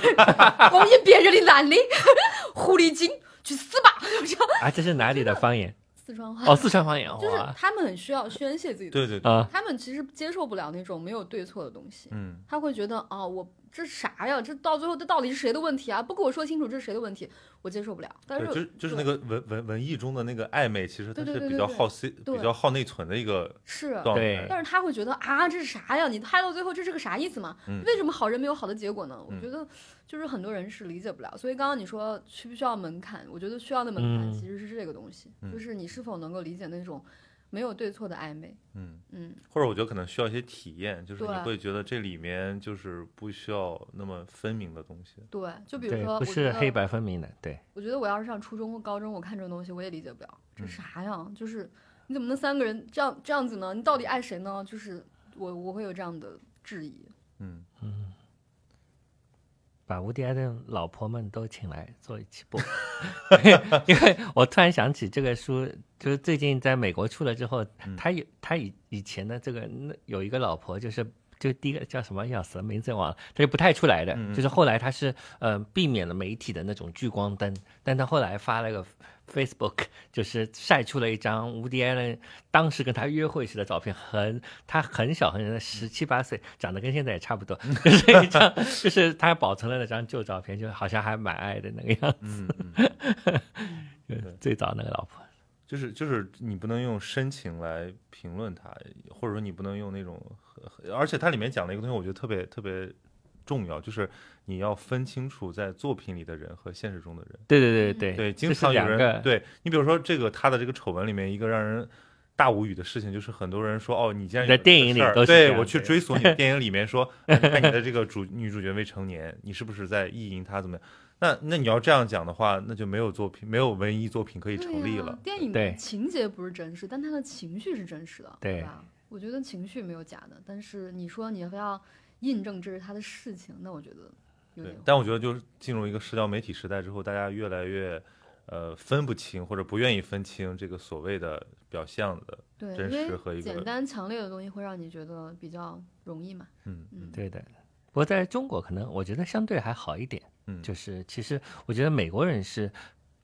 S2: 我也别人的男的，狐狸精，去死吧！”就这样，
S3: 啊，这是哪里的方 *laughs* 言？
S2: 四川话，
S3: 哦，四川方言，
S2: 就是
S3: 哇
S2: 他们很需要宣泄自己的，
S1: 对对对，
S3: 啊，
S2: 他们其实接受不了那种没有对错的东西。
S1: 嗯
S2: 他会觉得啊、我这啥呀？这到最后这到底是谁的问题啊？不跟我说清楚这是谁的问题，我接受不了。但
S1: 对，
S2: 是
S1: 就是就是那个文文文艺中的那个暧昧，其实它
S2: 对对
S1: 是
S2: 对
S1: 比
S2: 对
S1: 较
S2: 对
S1: 耗 C
S2: 对
S1: 比较耗内存的一个
S2: 是，
S1: 状
S3: 对
S1: 态，
S2: 但是他会觉得啊，这是啥呀？你拍到最后这是个啥意思嘛？
S1: 嗯
S2: 为什么好人没有好的结果呢？我
S1: 嗯
S2: 觉得就是很多人是理解不了。所以刚刚你说需不需要门槛？我觉得需要的门槛
S3: 嗯
S2: 其实是这个东西，
S1: 嗯
S2: 就是你是否能够理解那种没有对错的暧昧。
S1: 嗯，
S2: 嗯，
S1: 或者我觉得可能需要一些体验，就是你
S2: 对啊
S1: 会觉得这里面就是不需要那么分明的东西，
S2: 对，就比如
S3: 对
S2: 说，，
S3: 不是黑
S2: 白。
S3: 白分明的，对，
S2: 我觉得我要是上初中或高中，我看这种东西我也理解不了，
S1: 嗯
S2: 这啥呀？就是你怎么能三个人这样这样子呢？你到底爱谁呢？就是我我会有这样的质疑。
S3: *laughs*
S1: 嗯，
S3: 把吴迪埃的老婆们都请来做一期播 *laughs* 客，因为我突然想起这个书，就是最近在美国出了之后，他有他以以前的这个那有一个老婆，就是就第一个叫什么要死了名字忘了，他就不太出来的，就是后来他是呃避免了媒体的那种聚光灯，但他后来发了个 Facebook，就是晒出了一张吴迪埃伦当时跟他约会时的照片，很他很小很小，十七八岁，长得跟现在也差不多，就是一张，就是他保存了那张旧照片，就好像还蛮爱的那个样子，
S1: 嗯
S3: 就是最早那个老婆，
S1: 就是就是你不能用深情来评论它，或者说你不能用那种很，很而且它里面讲了一个东西，我觉得特别特别重要，就是你要分清楚在作品里的人和现实中的人。
S3: 对对对对，
S1: 嗯对，经
S3: 这是
S1: 常有
S3: 两
S1: 人
S3: 个
S1: 对你比如说这个他的这个丑闻里面一个让人。大无语的事情就是很多人说哦，你竟然有
S3: 在
S1: 这个
S3: 电影里
S1: 事儿
S3: 都是这
S1: 对
S3: 样
S1: 我去
S3: 对
S1: 追索你的电影里面说，哎你看你的这个主女主角未成年，你是不是在意淫她怎么样？那那你要这样讲的话，那就没有作品，没有文艺作品可以
S2: 对
S1: 成立
S2: 呀
S1: 了。
S2: 电影
S3: 对
S2: 的情节不是真实，但他的情绪是真实的，
S3: 对
S2: 吧？我觉得情绪没有假的，但是你说你要非要印证这是他的事情，那我觉得有
S1: 对
S2: 点，
S1: 但我觉得就是进入一个社交媒体时代之后，大家越来越呃分不清或者不愿意分清这个所谓的表象的
S2: 对，
S1: 真实和
S2: 因
S1: 一
S2: 为
S1: 个
S2: 简单强烈的东西会让你觉得比较容易嘛。
S1: 嗯
S2: 嗯，
S3: 对的。不过在中国，可能我觉得相对还好一点。
S1: 嗯
S3: 就是其实我觉得美国人是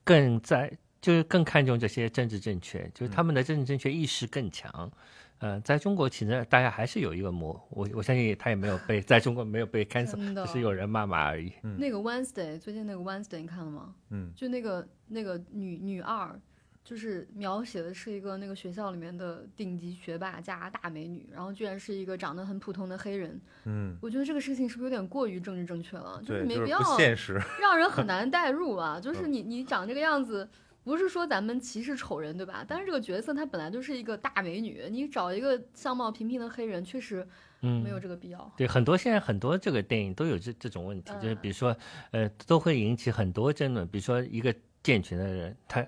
S3: 更在，就是更看重这些政治正确，
S1: 嗯
S3: 就是他们的政治正确意识更强。嗯、在中国其实大家还是有一个模，我我相信他也没有被在中国没有被 cancel，
S2: 真的
S3: 只是有人骂骂而已。
S2: 那个 Wednesday 最近那个 Wednesday 你看了吗？
S1: 嗯
S2: 就那个那个女女二，就是描写的是一个那个学校里面的顶级学霸加大美女，然后居然是一个长得很普通的黑人。
S1: 嗯，
S2: 我觉得这个事情是不是有点过于政治正确了？就
S1: 对，
S2: 是没
S1: 就是
S2: 必要
S1: 不嗯现实，
S2: 让
S1: *laughs*
S2: 人很难代入啊。就是你你长这个样子，不是说咱们歧视丑人对吧？但是这个角色她本来就是一个大美女，你找一个相貌平平的黑人，确实
S3: 嗯，
S2: 没有这个必要。
S3: 对，很多现在很多这个电影都有这这种问题，就是比如说，呃，都会引起很多争论。比如说，一个健全的人，他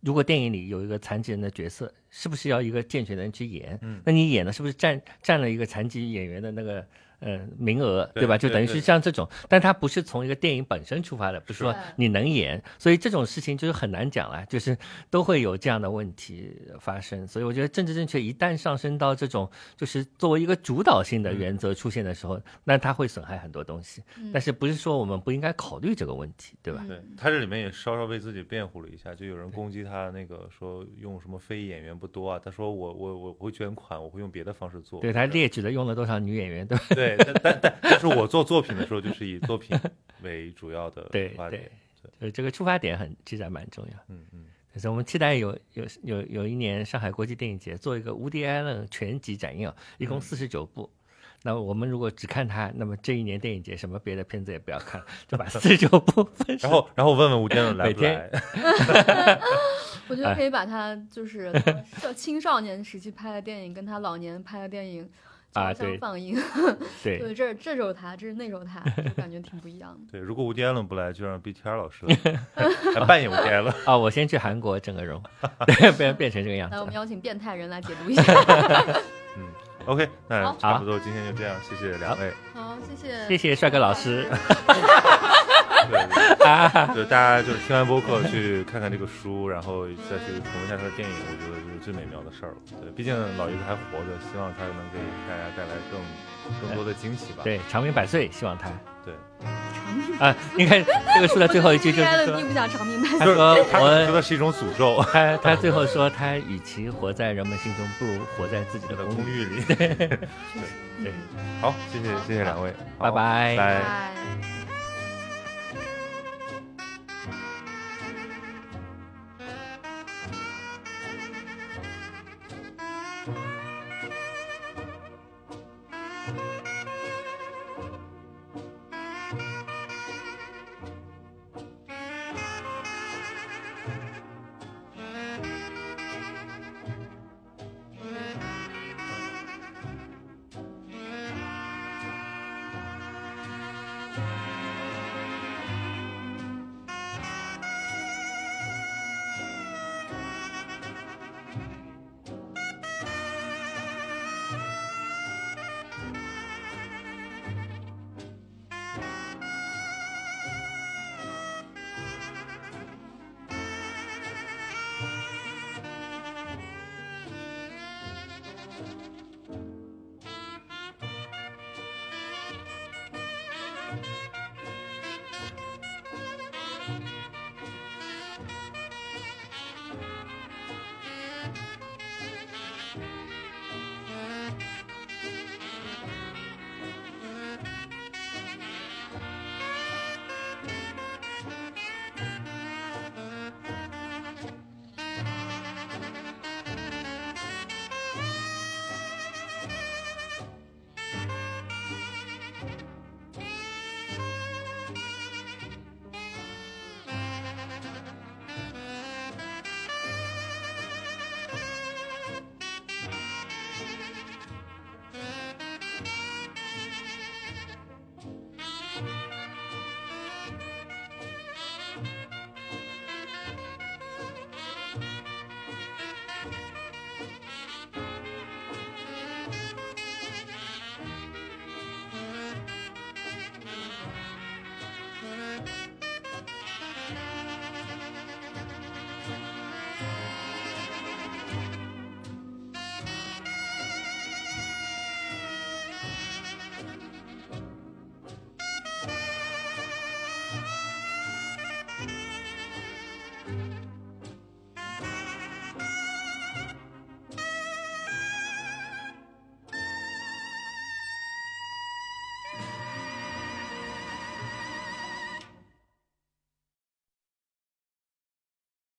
S3: 如果电影里有一个残疾人的角色，是不是要一个健全的人去演？
S1: 嗯
S3: 那你演的是不是占占了一个残疾演员的那个呃名额，
S1: 对
S3: 吧？就
S1: 对
S3: 等于
S1: 对
S3: 是像这种，但他不是从一个电影本身出发的，不
S1: 是
S3: 是说
S2: 对
S3: 你能演，所以这种事情就是很难讲了，就是都会有这样的问题发生。所以我觉得政治正确一旦上升到这种就是作为一个主导性的原则出现的时候，那它会损害很多东西。
S2: 嗯
S3: 但是不是说我们不应该考虑这个问题，对吧？
S1: 对
S2: 嗯
S1: 他这里面也稍稍为自己辩护了一下，就有人攻击他那个说用什么非裔演员不多啊，他说我我我会捐款，我会用别的方式做，
S3: 对他列举了用了多少女演员，对吧？
S1: 对，但但但但是我做作品的时候就是以作品为主要的
S3: 对
S1: 发
S3: 对
S1: 展，，
S3: 就是这个出发点很其实还蛮重要。
S1: 嗯
S3: *laughs*
S1: 嗯
S3: 就是我们期待有有有有一年上海国际电影节做一个 Woody Allen 全集展映啊，一共四十九部。那我们如果只看它，那么这一年电影节什么别的片子也不要看了，就把四十九部 *laughs* 分
S1: 然后然后问问吴天乐来
S3: 每
S1: 不
S3: 天
S1: 来，。
S2: 我觉
S3: 哎
S2: 得可以把他
S3: *laughs*
S2: 就是少青少年时期拍的电影跟他老年拍的电影
S3: 啊
S2: 交相
S3: 对
S2: 放映，
S3: 对，
S2: 这这就是他，这是那种他，就感觉挺不一样的
S1: 对，如果吴迪安伦不来，就让 BTR 老师
S3: *laughs*
S1: 来扮演吴迪安伦。
S3: 啊，我先去韩国整个容，对，不然变成这个 *laughs* 样子
S2: 来，我们
S3: 了。
S2: 邀请变态人来解
S3: *laughs*
S2: 读一下。
S1: 嗯，OK，那
S2: 好
S1: 差不多今天就这样，谢谢两
S3: *laughs*
S1: 位。
S2: 好，谢谢，哎
S3: 谢谢帅哥老师。
S1: 对，对对大家就是听完播
S3: *laughs*
S1: 客去看看这个书，然后再去评论一下他的电影，我觉得就是最美妙的事儿了。对，毕竟老爷子还活着，希望他能给大家带来更更多的惊喜吧。
S3: 对，长命百岁，希望他
S1: 对，
S2: 长命。
S3: 啊，你看这个书的最后一句就是
S2: 并
S3: 说，
S2: 不想长命
S3: 他
S2: 百岁。
S3: 说
S1: 他说
S3: 我
S1: 的是一种诅
S3: *laughs*
S1: 咒，
S3: 他他最后说他与其活在人们心中，不如活在自己
S1: 在
S3: 的
S1: 公
S3: 公
S1: *laughs*
S3: 寓。
S1: 寓里。
S3: 对，
S1: 好，谢谢谢谢两位，好
S3: 拜拜
S1: 拜。
S2: 拜。